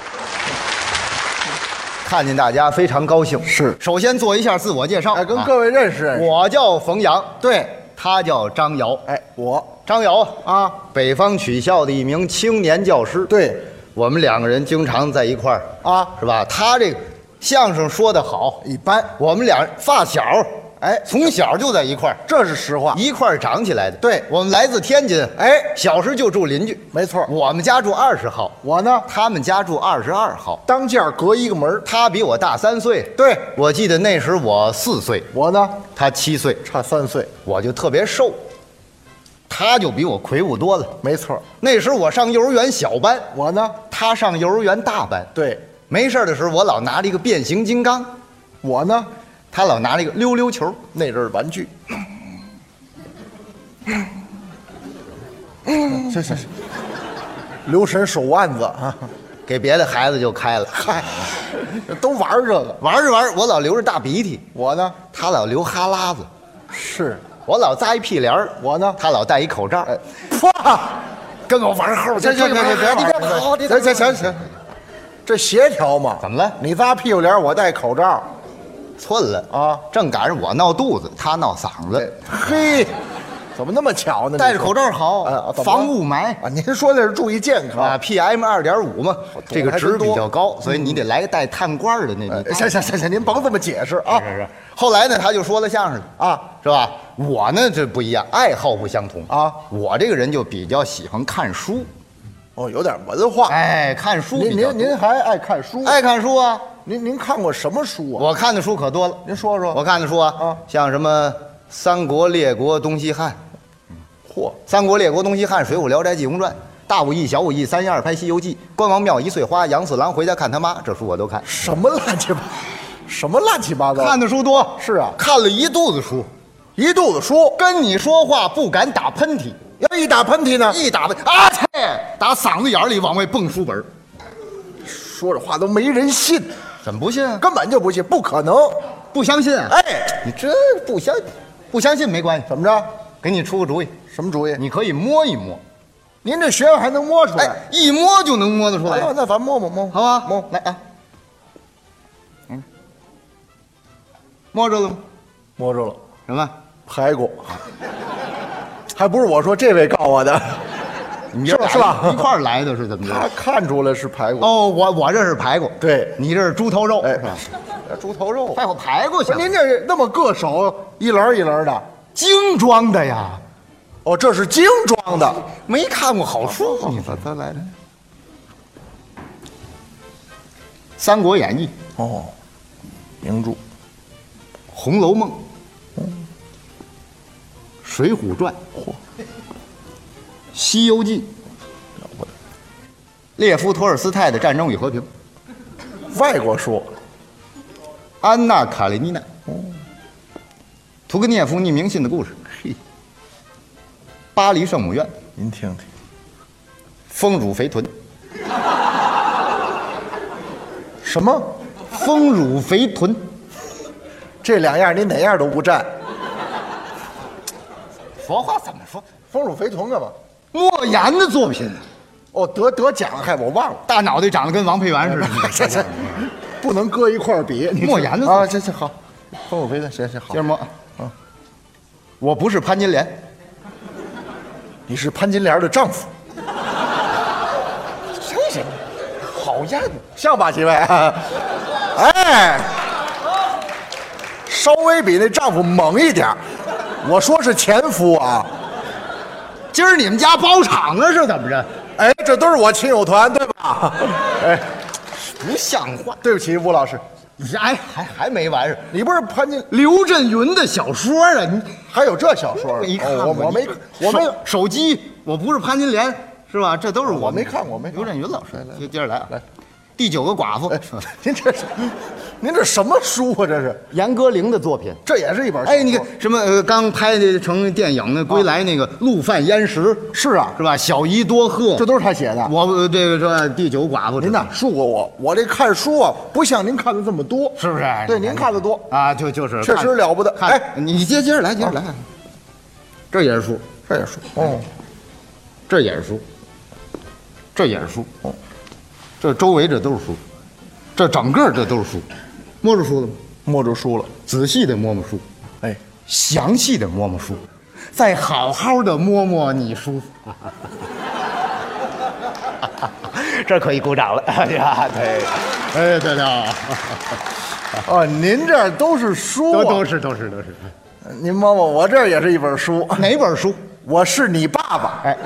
S12: 看见大家非常高兴。是，首先做一下自我介绍，哎，跟
S13: 各
S12: 位认识。我叫冯阳，对，他叫张瑶，哎，我张瑶啊，北方曲校的一名青年教师。对，我们两个人经常在一块儿啊，是吧？他这个相声说得好，一般。我们俩发小，哎，从小就在一块儿，这是实话，一块儿长起来的。对，我们来自天津，哎，小时就住邻居，没错。我们家住二十号，我呢，他们家住二十二号，当间隔一个门。他比我大三岁，对，我记得那时我四岁，我呢，他七岁，差三岁，我就特别瘦。他就比我魁梧多了，没错。那时我上幼儿园小班，我呢，他上幼儿园大班。对，没事儿的时候，我老拿着一个变形金刚，我呢，他老拿着一个溜溜球，那阵儿玩具。
S13: 嗯，
S12: 是是是，留神手腕子啊，给别的孩子就开了。嗨，都玩这个，玩着玩着，我老流着大鼻涕，我呢，他老流哈喇子，是我老扎一屁帘儿，我呢，他老戴一口罩。哎，跟我玩后
S13: 行行行行，别
S12: 你别跑，你
S13: 行行行行，
S12: 这协调嘛？怎么了？你扎屁股帘，我戴口罩，寸了啊！正赶上我闹肚子，他闹嗓子。嘿，怎么那么啊巧呢戴着口罩好，防雾霾啊！您说的是注意健康哦啊，PM 二点五嘛，这个值比较高，所以你得来个带碳罐儿的那种。
S13: 行行行行，您甭这么解释啊。
S12: 后来呢，他就说了相声啊，是吧？我呢这不一样，爱好不相同啊。我这个人就比较喜欢看书，哦，有点文化。哎，看书
S13: 您
S12: 比较
S13: 您
S12: 多
S13: 您还爱看书？
S12: 爱看书啊？
S13: 您您看过什么书啊？
S12: 我看的书可多了。您说说，我看的书啊，像什么《三国》《列国》《东西汉》，嚯，《三国》《列国》《东西汉》《水浒》《聊斋》《济公传》《大武艺》《小武艺》《三言二拍》《西游记》《关王庙》《一岁花》《杨四郎回家看他妈》，这书我都看。什么乱七八，什么乱七八糟？看的书多是啊，看了一肚子书，一肚子书，跟你说话不敢打喷嚏，要一打喷嚏呢，一打喷啊切，打嗓子眼儿里往外蹦书本儿
S13: 说这话都没人信，
S12: 怎么不信啊？
S13: 根本就不信，不可能，
S12: 不相信啊！
S13: 哎，
S12: 你这不相不相信没关系，怎么着？给你出个主意，什么主意？你可以摸一摸，您这学问还能摸出来，一摸就能摸得出来。
S13: 哎呦那
S12: 咱摸摸摸，好吧？摸来啊，嗯，摸着了吗？
S13: 摸着了
S12: 什么？
S13: 排骨，还不是我说，这位告我的，
S12: 你
S13: 是
S12: 这
S13: 吧？是吧？
S12: 一块儿来的是怎么着？
S13: 他看出来是排骨。
S12: 哦，我我这是排骨，
S13: 对哎
S12: 你这是猪头肉，是吧？
S13: 猪头肉，
S12: 快我排过去
S13: 您这是那么硌手，一轮一轮的，
S12: 精装的呀。
S13: 哦，这是精装的，
S12: 没看过好书。
S13: 你咱咱来来，
S12: 《三国演义》
S13: 哦，名著，《
S12: 红楼梦》，《
S13: 哦
S12: 水浒传》，《西游记》，列夫·托尔斯泰的《战争与和平》，
S13: 外国书，哦
S12: 安娜·卡列尼娜，屠格涅夫匿名信的故事，嘿，巴黎圣母院，
S13: 您听听，
S12: 丰乳肥臀，
S13: 什么？
S12: 丰乳肥臀，
S13: 这两样你哪样都不占，
S12: 佛话怎么说？
S13: 丰乳肥臀干嘛？
S12: 莫言的作品，
S13: 哦，得得奖了，还我忘了，
S12: 大脑袋长得跟王佩元似的。
S13: 行行，不能搁一块儿比。你
S12: 莫言的
S13: 啊，行行好，丰乳肥臀，行行好嗯
S12: 接着，摸，我不是潘金莲，
S13: 你是潘金莲的丈夫，
S12: 真是
S13: 讨厌，像吧，几位？ 哎，稍微比那丈夫猛一点儿，我说是前夫啊。
S12: 今儿你们家包场啊，是怎么着？
S13: 哎，这都是我亲友团，对吧？哎，
S12: 不像话！
S13: 对不起，吴老师，
S12: 你这哎还还没完事儿，
S13: 你不是潘金，
S12: 刘震云的小说啊，你
S13: 还有这小说呢？
S12: 没看
S13: 哦
S12: 过？
S13: 我我没
S12: 你
S13: 我没
S12: 手手机，我不是潘金莲，是吧？这都是我
S13: 我没看过，我没看
S12: 刘
S13: 过。
S12: 震云老师
S13: 来来，
S12: 接接着来啊，来，第九个寡妇，
S13: 哎您这是，您这什么书啊？这是，
S12: 严歌苓的作品。
S13: 这也是一本。
S12: 哎，你看，什么？呃，刚拍的成电影呢，《归来》那个陆犯焉识
S13: 啊是啊，
S12: 是吧？小姨多鹤，
S13: 这都是他写的。
S12: 我呃这个说第九寡妇。
S13: 您呐，恕我我我这看书啊，不像您看的这么多，
S12: 是不是
S13: 对，
S12: 你看
S13: 您看的多，
S12: 啊，就就是
S13: 确实
S12: 看
S13: 了不得。
S12: 看，
S13: 哎，啊
S12: 你接接着来，接着来，这也是书，哎
S13: 这也书哦，
S12: 这也是书，这也是书，
S13: 哦
S12: 这周围这都是书，这整个这都是书，摸着书了吗？
S13: 摸着书了。
S12: 仔细的摸摸书，
S13: 哎，
S12: 详细的摸摸书，再好好的摸摸 你书。 这可以鼓掌了，对吧？对，哎，对的。
S13: 哦，您这儿都是书、啊，
S12: 都都是都是都是。
S13: 您摸摸，我这儿也是一本书，
S12: 哪本书？
S13: 我是你爸爸。哎，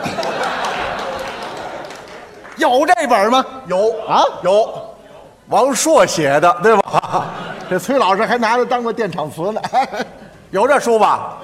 S12: 有这本吗？
S13: 有
S12: 啊，
S13: 有，王朔写的，对吧？
S12: 这崔老师还拿着当过电场词呢。
S13: 有这书吧？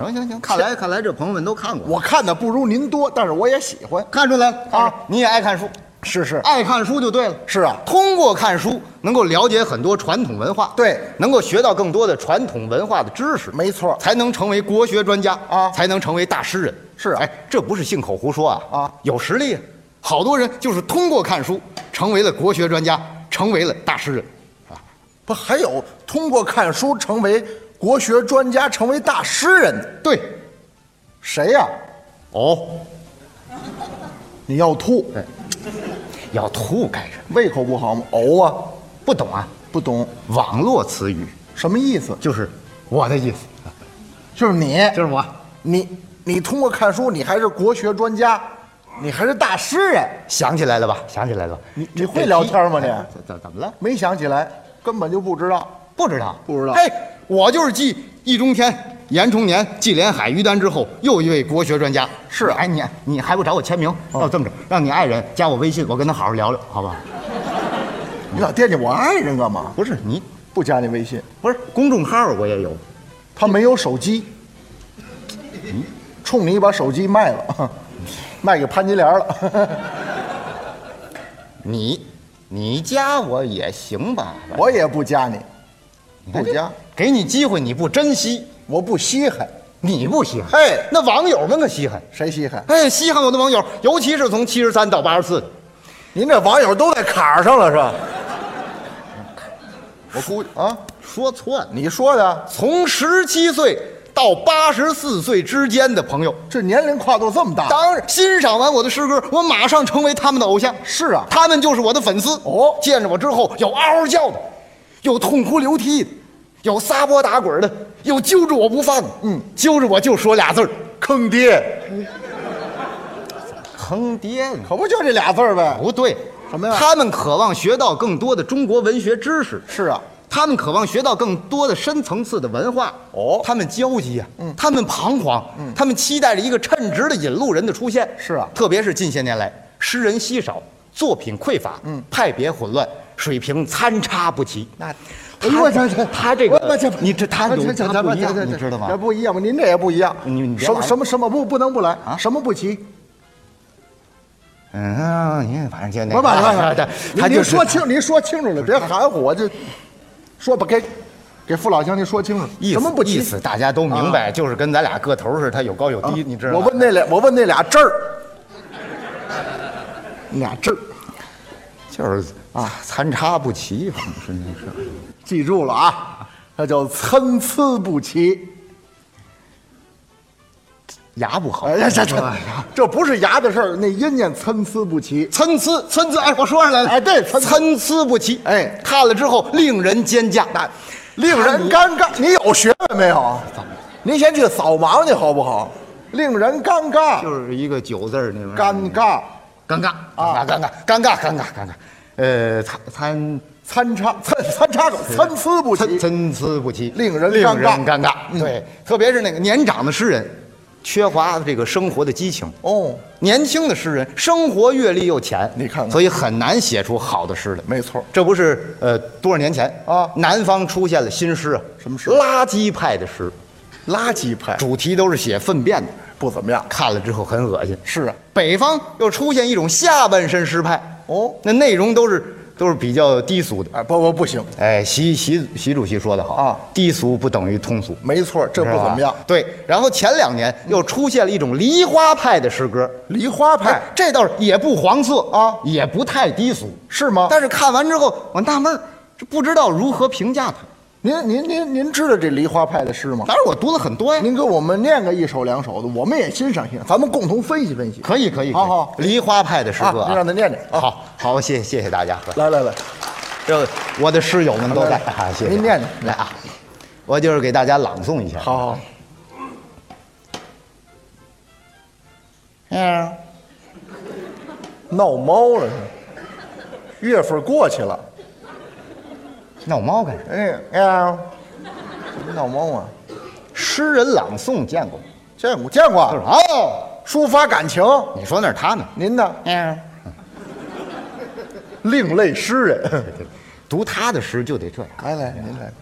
S12: 行行行，看来看来这朋友们都看过。
S13: 我看的不如您多，但是我也喜欢。
S12: 看出来了啊，你也爱看书。
S13: 是是，
S12: 爱看书就对了。
S13: 是啊，
S12: 通过看书能够了解很多传统文化，
S13: 对，
S12: 能够学到更多的传统文化的知识，
S13: 没错，
S12: 才能成为国学专家
S13: 啊，
S12: 才能成为大诗人。
S13: 是啊，
S12: 哎，这不是信口胡说啊
S13: 啊，
S12: 有实力啊，好多人就是通过看书成为了国学专家，成为了大诗人，啊，
S13: 不还有通过看书成为国学专家、成为大诗人的？
S12: 对，
S13: 谁呀、
S12: 哦，
S13: 你要吐？
S12: 哎要吐干什么？
S13: 胃口不好吗？呕啊！
S12: 不懂啊？
S13: 不懂
S12: 网络词语
S13: 什么意思？
S12: 就是我的意思，
S13: 就是你，
S12: 就是我，
S13: 你你通过看书，你还是国学专家，你还是大诗人，
S12: 想起来了吧？想起来了吧？
S13: 你你会聊天吗？你
S12: 哎怎怎么了？
S13: 没想起来，根本就不知道，
S12: 不知道，
S13: 不知道。
S12: 哎，我就是继易中天、严崇年、纪连海、于丹之后又一位国学专家。
S13: 是啊
S12: 哎，你你还不找我签名？哦，这么着，让你爱人加我微信，我跟他好好聊聊，好不好？
S13: 你老惦记我爱人干嘛？
S12: 不是你，
S13: 不加你微信，
S12: 不是公众号我也有，
S13: 他没有手机，嗯冲你把手机卖了， 卖给潘金莲了。
S12: 你你加我也行吧？
S13: 我也不加你，
S12: 哎
S13: 不加，
S12: 给你机会你不珍惜，
S13: 我不稀罕。
S12: 你不稀罕，
S13: 哎
S12: 那网友们可稀罕。
S13: 谁稀罕？
S12: 哎，稀罕我的网友，尤其是从七十三到八十四的，
S13: 您这网友都在坎儿上了是吧？
S12: 我估计
S13: 啊，
S12: 说错了，
S13: 你说的，
S12: 从十七岁到八十四岁之间的朋友，
S13: 这年龄跨度这么大，
S12: 当然欣赏完我的诗歌，我马上成为他们的偶像。
S13: 是啊
S12: 他们就是我的粉丝。
S13: 哦
S12: 见着我之后，有嗷嗷叫的，有痛哭流涕的，有撒泼打滚的，有揪着我不放的。嗯，揪着我就说俩字儿：
S13: 坑爹，
S12: 坑爹呢。
S13: 可不就这俩字儿呗？
S12: 不对，
S13: 什么呀
S12: 他们渴望学到更多的中国文学知识。
S13: 是啊，
S12: 他们渴望学到更多的深层次的文化。
S13: 哦嗯
S12: 他们焦急呀、他们彷徨，他们期待着一个称职的引路人的出现。
S13: 是啊
S12: 特别是近些年来，诗人稀少，作品匮乏，嗯，派别混乱，水平参差不齐。那
S13: 哎呦我这这
S12: 他这个
S13: 我这
S12: 你这他有
S13: 这这
S12: 他不一样
S13: 这这
S12: 你知道吗
S13: 这不一样吗？您这也不一样。
S12: 你你别啊
S13: 什么
S12: 玩了
S13: 什么什么不不能不来什么不齐？
S12: 嗯，啊你反正就那
S13: 不是不是不
S12: 啊
S13: 是
S12: 对，
S13: 您
S12: 他
S13: 您
S12: 就
S13: 说
S12: 是
S13: 清您说清楚了，别含糊，我就说吧，给给父老乡亲说清楚，
S12: 意
S13: 什么
S12: 思
S13: 不齐
S12: 意思大家都明白，就是跟咱俩个头似的，他有高有低，你知道吗？
S13: 啊我问那俩，我问那俩字儿，俩字儿，
S12: 就是啊，参差不齐，反正是那是。
S13: 记住了啊，那叫参差不齐。
S12: 牙不好，
S13: 哎呀，这这这不是牙的事儿，那音念参差不齐。
S12: 参差参差，哎，我说上来了，
S13: 哎对参
S12: 参
S13: 差
S12: 差不齐，
S13: 哎
S12: 看了之后令人奸驾，那
S13: 令人尴尬。你有学问没有？您先去扫盲去好不好？令人尴尬，
S12: 就是一个九字儿那玩意儿
S13: 尴尬，
S12: 尴尬啊，尴尬，尴尬，尴尬，尴尬，呃，参参
S13: 参差参参差不参差不齐
S12: 参。参差不齐，
S13: 令人
S12: 令
S13: 尴尬嗯
S12: 人尴尬，对，特别是那个年长的诗人，缺乏这个生活的激情。
S13: 哦，
S12: 年轻的诗人生活阅历又浅，
S13: 你看看
S12: 所以很难写出好的诗来。
S13: 没错
S12: 这不是呃多少年前
S13: 啊
S12: 南方出现了新诗啊，
S13: 什么诗
S12: 垃圾派的诗，
S13: 垃圾派
S12: 主题都是写粪便的，
S13: 不怎么样。
S12: 看了之后很恶心。
S13: 是啊，
S12: 北方又出现一种下半身诗派，
S13: 哦
S12: 那内容都是都是比较低俗的。
S13: 哎，不不不行，
S12: 哎，习习习主席说得好
S13: 啊
S12: 低俗不等于通俗。
S13: 没错，这不
S12: 是吧
S13: 怎么样。
S12: 对，然后前两年又出现了一种梨花派的诗歌，
S13: 梨花派
S12: 哎这倒是也不黄色
S13: 啊
S12: 也不太低俗，
S13: 是吗？
S12: 但是看完之后，我纳闷儿，这不知道如何评价它。
S13: 您您您您知道这梨花派的诗吗？
S12: 当然我读了很多呀，
S13: 您给我们念个一首两首的，我们也欣赏欣赏，咱们共同分析分析。
S12: 可以可以，
S13: 好好
S12: 可以梨花派的诗歌
S13: 啊您让他念念啊
S12: 好好，谢谢谢大家。
S13: 来来来，
S12: 这个我的诗友们都在啊，谢谢。
S13: 您念念
S12: 来啊，我就是给大家朗诵一下。
S13: 好好，
S12: 喵，
S13: 闹猫了是吧？月份过去了，
S12: 闹猫干什么？哎呀，闹猫啊！诗人朗诵见过吗？见过，见过。哦，抒发感情。你说那是他呢？您呢？嗯，另类诗 人，读他的诗就得这样。来来，您来。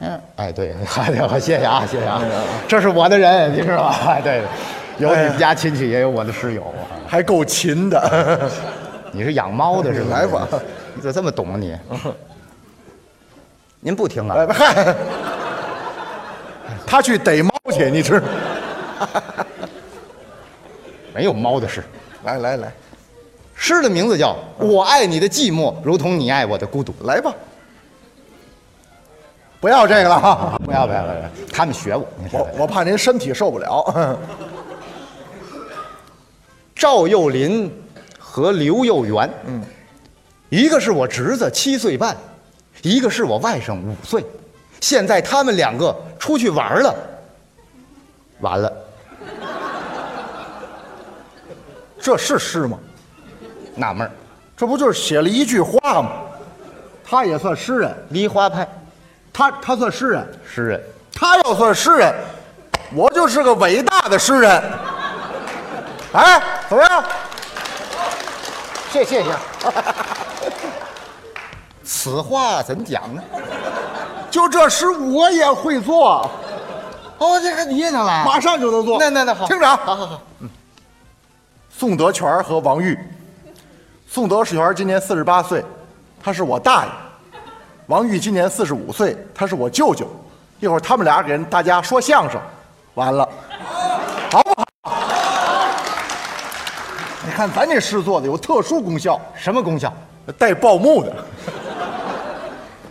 S12: 嗯，哎，对， 好的，好，谢谢啊，谢谢啊，这是我的人，你知道 吧？哎，对，有你们家亲戚，也有我的室友，还够勤的。 你是养猫的是吧？来吧，你咋这么懂啊你？ 您不听啊？嗨，他去逮猫去，你知道？ 没有猫的事。来来来，诗的名字叫《我爱你的寂寞，如同你爱我的孤独》。嗯来吧。不要这个了哈！不要不要不要，他们学我。嗯我我怕您身体受不了。 赵又林和刘又元，嗯，一个是我侄子七岁半，一个是我外甥五岁，现在他们两个出去玩了，完了。这是诗吗？纳闷儿，这不就是写了一句话吗？他也算诗人，梨花派。
S13: 他他算诗人，
S12: 诗人，
S13: 他要算诗人，我就是个伟大的诗人。哎，怎么样？
S12: 谢谢 谢。此话怎讲呢？
S13: 就这诗我也会做，
S12: 哦，这个你也能来，
S13: 马上就能做。
S12: 那那那好，
S13: 听着啊，
S12: 好好好，嗯
S13: 宋德全和王玉。宋德全今年四十八岁，他是我大爷。王玉今年四十五岁，他是我舅舅。一会儿他们俩给人大家说相声，完了，好不好？你看咱这诗做的有特殊功效，
S12: 什么功效？
S13: 带报幕的。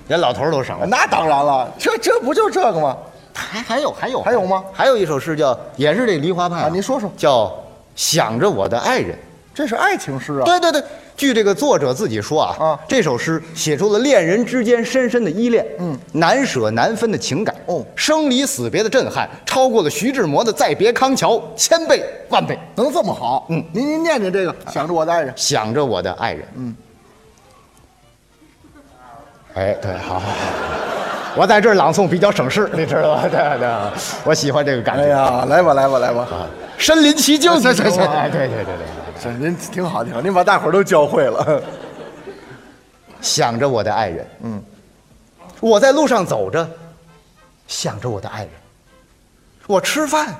S12: 人老头儿都省了。
S13: 那当然了，这这不就这个吗？
S12: 还还有还有
S13: 还有吗？
S12: 还有一首诗叫，也是这梨花派
S13: 啊，您说说，
S12: 叫《想着我的爱人》。
S13: 这是爱情诗啊。
S12: 对对对，据这个作者自己说啊，
S13: 啊
S12: 这首诗写出了恋人之间深深的依恋，嗯，难舍难分的情感，哦，生离死别的震撼，超过了徐志摩的《再别康桥》千倍万倍。
S13: 能这么好？
S12: 嗯
S13: 您您念念这个，想着我的爱人。
S12: 想着我的爱人，嗯，哎，对，好好好，我在这儿朗诵比较省事，你知道吧？对对，我喜欢这个感觉。
S13: 哎呀，来吧来吧来吧，
S12: 身临其境，
S13: 行行行
S12: 哎对对对对。
S13: 这您挺好挺好，您把大伙儿都教会了。
S12: 想着我的爱人，嗯，我在路上走着，想着我的爱人；我吃饭，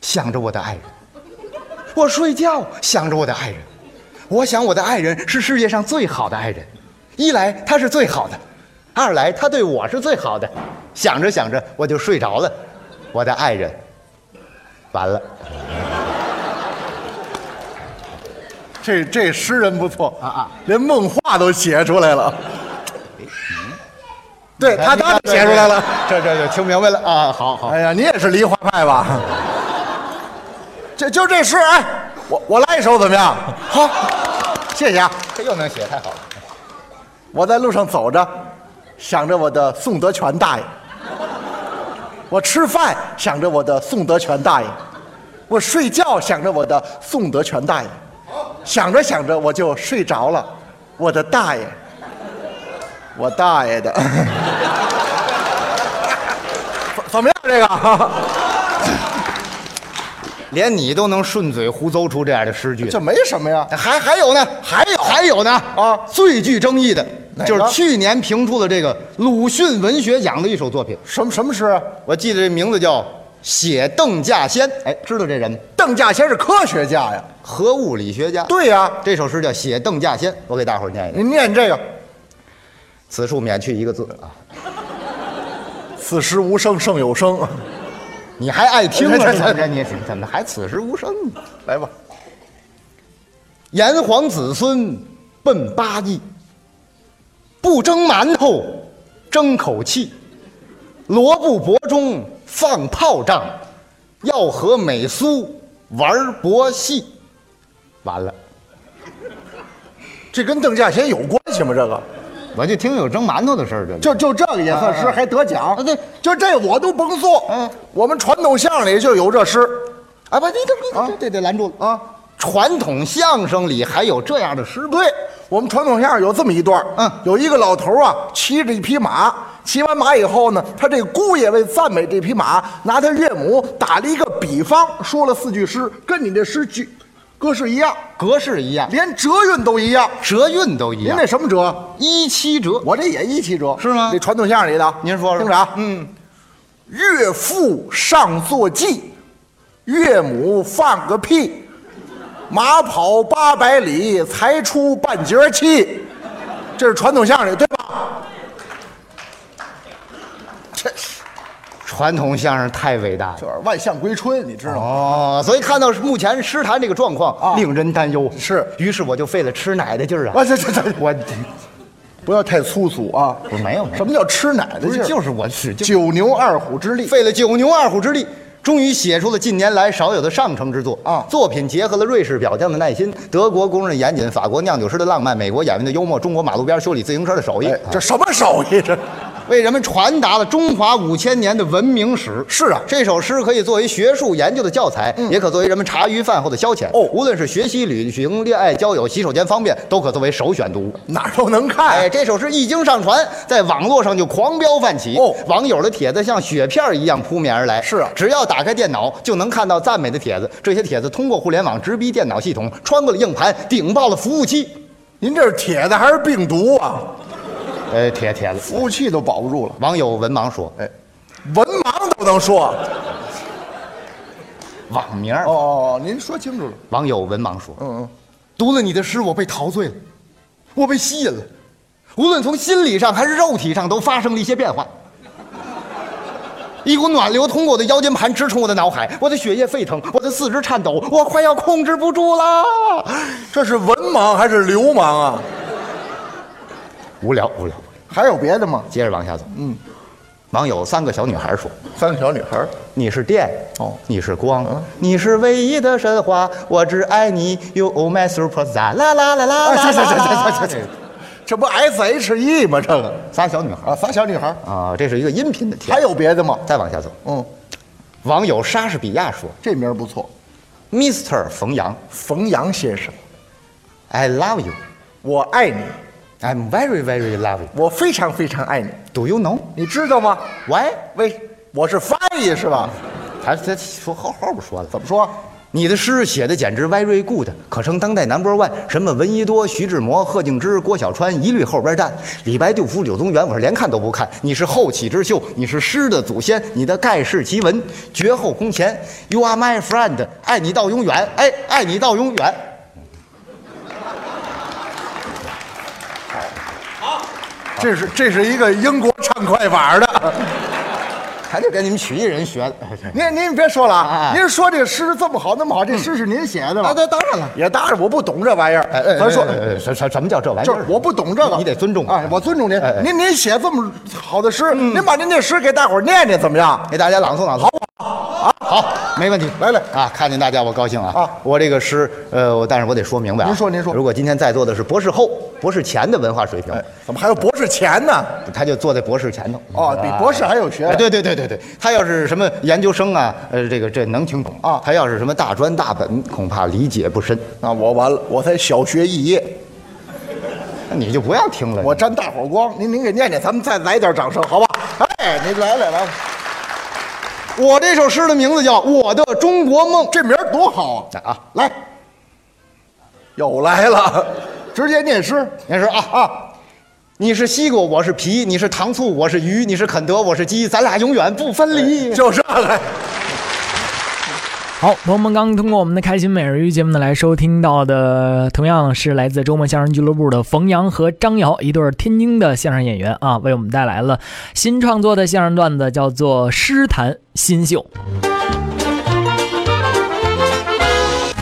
S12: 想着我的爱人；我睡觉，想着我的爱人。我想我的爱人是世界上最好的爱人，一来他是最好的，二来他对我是最好的。想着想着我就睡着了，我的爱人，完了。
S13: 这这诗人不错啊啊，连梦话都写出来了。对他当然写出来了。
S12: 这这就听明白了啊！好好，
S13: 哎呀，你也是梨花派吧？这就这诗，哎，我我来一首怎么样？好，谢谢啊！
S12: 这又能写，太好了。
S13: 我在路上走着，想着我的宋德全大爷；我吃饭想着我的宋德全大爷；我睡觉想着我的宋德全大爷。想着想着我就睡着了，我的大爷，我大爷的，怎怎么样这个？
S12: 连你都能顺嘴胡诌出这样的诗句，
S13: 这没什么呀，
S12: 还还有呢，还有还有呢啊！最具争议的
S13: 哪个
S12: 就是去年评出的这个鲁迅文学奖的一首作品，
S13: 什么什么诗？啊
S12: 我记得这名字叫《写邓稼先》。哎，知道这人吗？
S13: 邓稼先是科学家呀，
S12: 核物理学家。
S13: 对呀、
S12: 这首诗叫《写邓稼先》，我给大伙儿念一念。
S13: 您念这个，
S12: 此处免去一个字啊！
S13: 此时无声胜有声，
S12: 你还爱 听啊？
S13: 这这
S12: 你怎么着？你怎么还此时无声呢？
S13: 来吧，
S12: 炎黄子孙奔八佾，不蒸馒头争口气，罗布泊中放炮仗，要和美苏玩博戏。完了，
S13: 这跟邓稼先有关系吗？这个
S12: 我就听有蒸馒头的事儿，这
S13: 就就这个也算诗，还得奖
S12: 啊对，
S13: 就这我都甭做。
S12: 嗯，
S13: 我们传统相声里就有这诗，
S12: 啊不，你这你这这得拦住了啊！传统相声里还有这样的诗，
S13: 对，
S7: 我们传统相声有这么一段，嗯，有一个老头啊，骑着一匹马，骑完马以后呢，他这姑爷为赞美这匹马，拿他岳母打了一个比方，说了四句诗，跟你这诗句格式一样，
S12: 格式一样，
S7: 连折韵都一样，
S12: 折韵都一样。
S7: 您那什么折？
S12: 一七折，
S7: 我这也一七折，
S12: 是吗？
S7: 这传统相声里的，
S12: 您说说，
S7: 听啥？
S12: 嗯，
S7: 岳父上坐骑，岳母放个屁。马跑八百里才出半截气，这是传统相声，对吧？
S12: 这是传统相声太伟大了，
S7: 就是万象归春，你知道吗？
S12: 哦，所以看到目前诗坛这个状况，
S7: 啊
S12: 令人担忧。
S7: 是
S12: 于是我就费了吃奶的劲儿啊！
S7: 啊，这这这，
S12: 我
S7: 不要太粗俗啊！
S12: 不是没有没有
S7: 什么叫吃奶的
S12: 不
S7: 劲
S12: 是
S7: 儿？
S12: 就是我使劲，
S7: 九牛二虎之力。
S12: 费了九牛二虎之力。终于写出了近年来少有的上乘之作
S7: 啊
S12: 作品结合了瑞士表匠的耐心、德国工人的严谨、法国酿酒师的浪漫、美国演员的幽默、中国马路边修理自行车的手艺，
S7: 哎，
S12: 啊
S7: 这什么手艺？这
S12: 为人们传达了中华五千年的文明史。
S7: 是啊嗯
S12: 这首诗可以作为学术研究的教材，也可作为人们茶余饭后的消遣。
S7: 哦
S12: 无论是学习、旅行、恋爱、交友、洗手间方便，都可作为首选读物。
S7: 哪儿都能看
S12: 哎，。这首诗一经上传，在网络上就狂飙泛起。
S7: 哦
S12: 网友的帖子像雪片儿一样扑面而来。
S7: 是啊
S12: 只要打开电脑，就能看到赞美的帖子。这些帖子通过互联网直逼电脑系统，穿过了硬盘，顶爆了服务器。
S7: 您这是铁的还是病毒啊？
S12: 呃，帖帖子，
S7: 服务器都保不住了，
S12: 网友文盲说，
S7: 哎，文盲都能说。
S12: 网名儿
S7: 哦，您说清楚了。
S12: 网友文盲说，
S7: 嗯嗯，
S12: 读了你的诗，我被陶醉了，我被吸引了，无论从心理上还是肉体上，都发生了一些变化。一股暖流通过我的腰间盘，直冲我的脑海，我的血液沸腾，我的四肢颤抖，我快要控制不住啦！
S7: 这是文盲还是流氓啊？
S12: 无聊，无聊，无聊
S7: 还有别的吗？
S12: 接着往下走。嗯，网友三个小女孩说
S7: 三个小女孩儿，：“
S12: 你是电，
S7: 哦
S12: 你是光，你是唯一的神话，我只爱你，You are my superstar，啦啦啦啦啦
S7: 哎，
S12: 啦
S7: 这这这
S12: 啦
S7: 这这这，这不 S H E 吗？这个
S12: 仨小女孩
S7: 啊，仨小女孩儿，
S12: 啊，这是一个音频的贴。
S7: 还有别的吗？
S12: 再往下走，
S7: 嗯，
S12: 网友莎士比亚说
S7: 这名儿不错，
S12: ：“Mr. 冯阳
S7: 冯阳先生，
S12: ，I love you,
S7: 我爱你，
S12: I'm very very love you.
S7: 我非常非常爱你，
S12: Do you know
S7: 你知道吗？
S12: why？”
S7: 为我是翻译是吧？
S12: 他他说后后边说了，
S7: 怎么说？
S12: 你的诗写的简直 very good，可称当代 number one。什么闻一多、徐志摩、贺敬之、郭小川，一律后边站。李白、杜甫、柳宗元，我是连看都不看。你是后起之秀，你是诗的祖先，你的盖世奇闻，绝后空前。You are my friend，爱你到永远，哎，爱你到永远。
S7: 这是这是一个英国唱快板的。
S12: 还得跟你们曲艺人学的。
S7: 您您别说了啊，
S12: 哎
S7: 您说这诗这么好那么好，这诗是您写的吗？
S12: 啊对当然了
S7: 也当然我不懂这玩意儿。
S12: 哎哎，
S7: 咱说
S12: 哎哎哎什什什么叫这玩意
S7: 就
S12: 儿
S7: 是？我不懂这个，
S12: 你得尊重
S7: 哎，我尊重您
S12: 哎哎。
S7: 您您写这么好的诗，您把您这诗给大伙儿念念怎么样？
S12: 给大家朗诵朗诵，好不好？啊，好，没问题。
S7: 来来
S12: 啊，看见大家我高兴啊。
S7: 啊
S12: 我这个诗，呃，我但是我得说明白啊。
S7: 您说您说哎
S12: 如果今天在座的是博士后、博士前的文化水平，
S7: 怎么还有博士前呢？
S12: 他就坐在博士前头。啊
S7: 哦，比博士还有学
S12: 哎，对对对对对，他要是什么研究生啊，呃，这个这能听懂
S7: 啊
S12: 他要是什么大专大本，恐怕理解不深。
S7: 那我完了，我才小学肄业，
S12: 那你就不要听了。
S7: 我沾大伙儿光。您您给念念，咱们再来点掌声，好吧？哎，您来来来，
S12: 我这首诗的名字叫《我的中国梦》。
S7: 这名儿多好啊！
S12: 啊，
S7: 来，又来了，直接念诗。
S12: 您说啊啊，你是西瓜，我是皮；你是糖醋，我是鱼；你是肯德，我是鸡。咱俩永远不分离。
S7: 就上来，
S2: 好，朋友们，刚通过我们的开心每日鱼节目呢来收听到的，同样是来自周末相声俱乐部的冯阳和张瑶，一对儿天津的相声演员啊，为我们带来了新创作的相声段子，叫做《诗坛新秀》。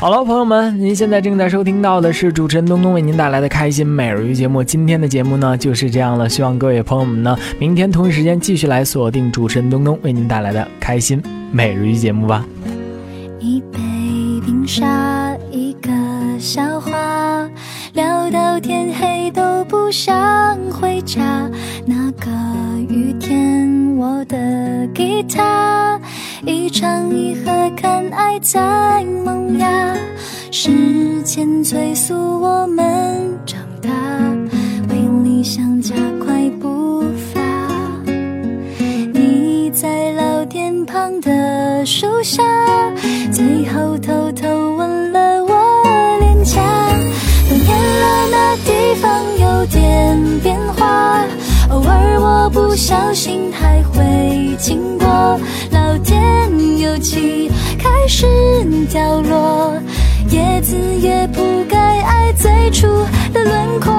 S2: 好了，朋友们，您现在正在收听到的是主持人东东为您带来的开心每日鱼节目。今天的节目呢就是这样了，希望各位朋友们呢，明天同一时间继续来锁定主持人东东为您带来的开心每日鱼节目吧。
S14: 一杯冰沙，一个笑话，聊到天黑都不想回家。那个雨天，我的吉他，一唱一和，看爱在萌芽。时间催促我们长大，为理想加快步伐。你在老店旁的树下，最后偷偷吻了我脸颊。多年了，那地方有点变化，偶尔我不小心还会经过。老天油漆开始掉落，叶子也不该爱最初的轮廓。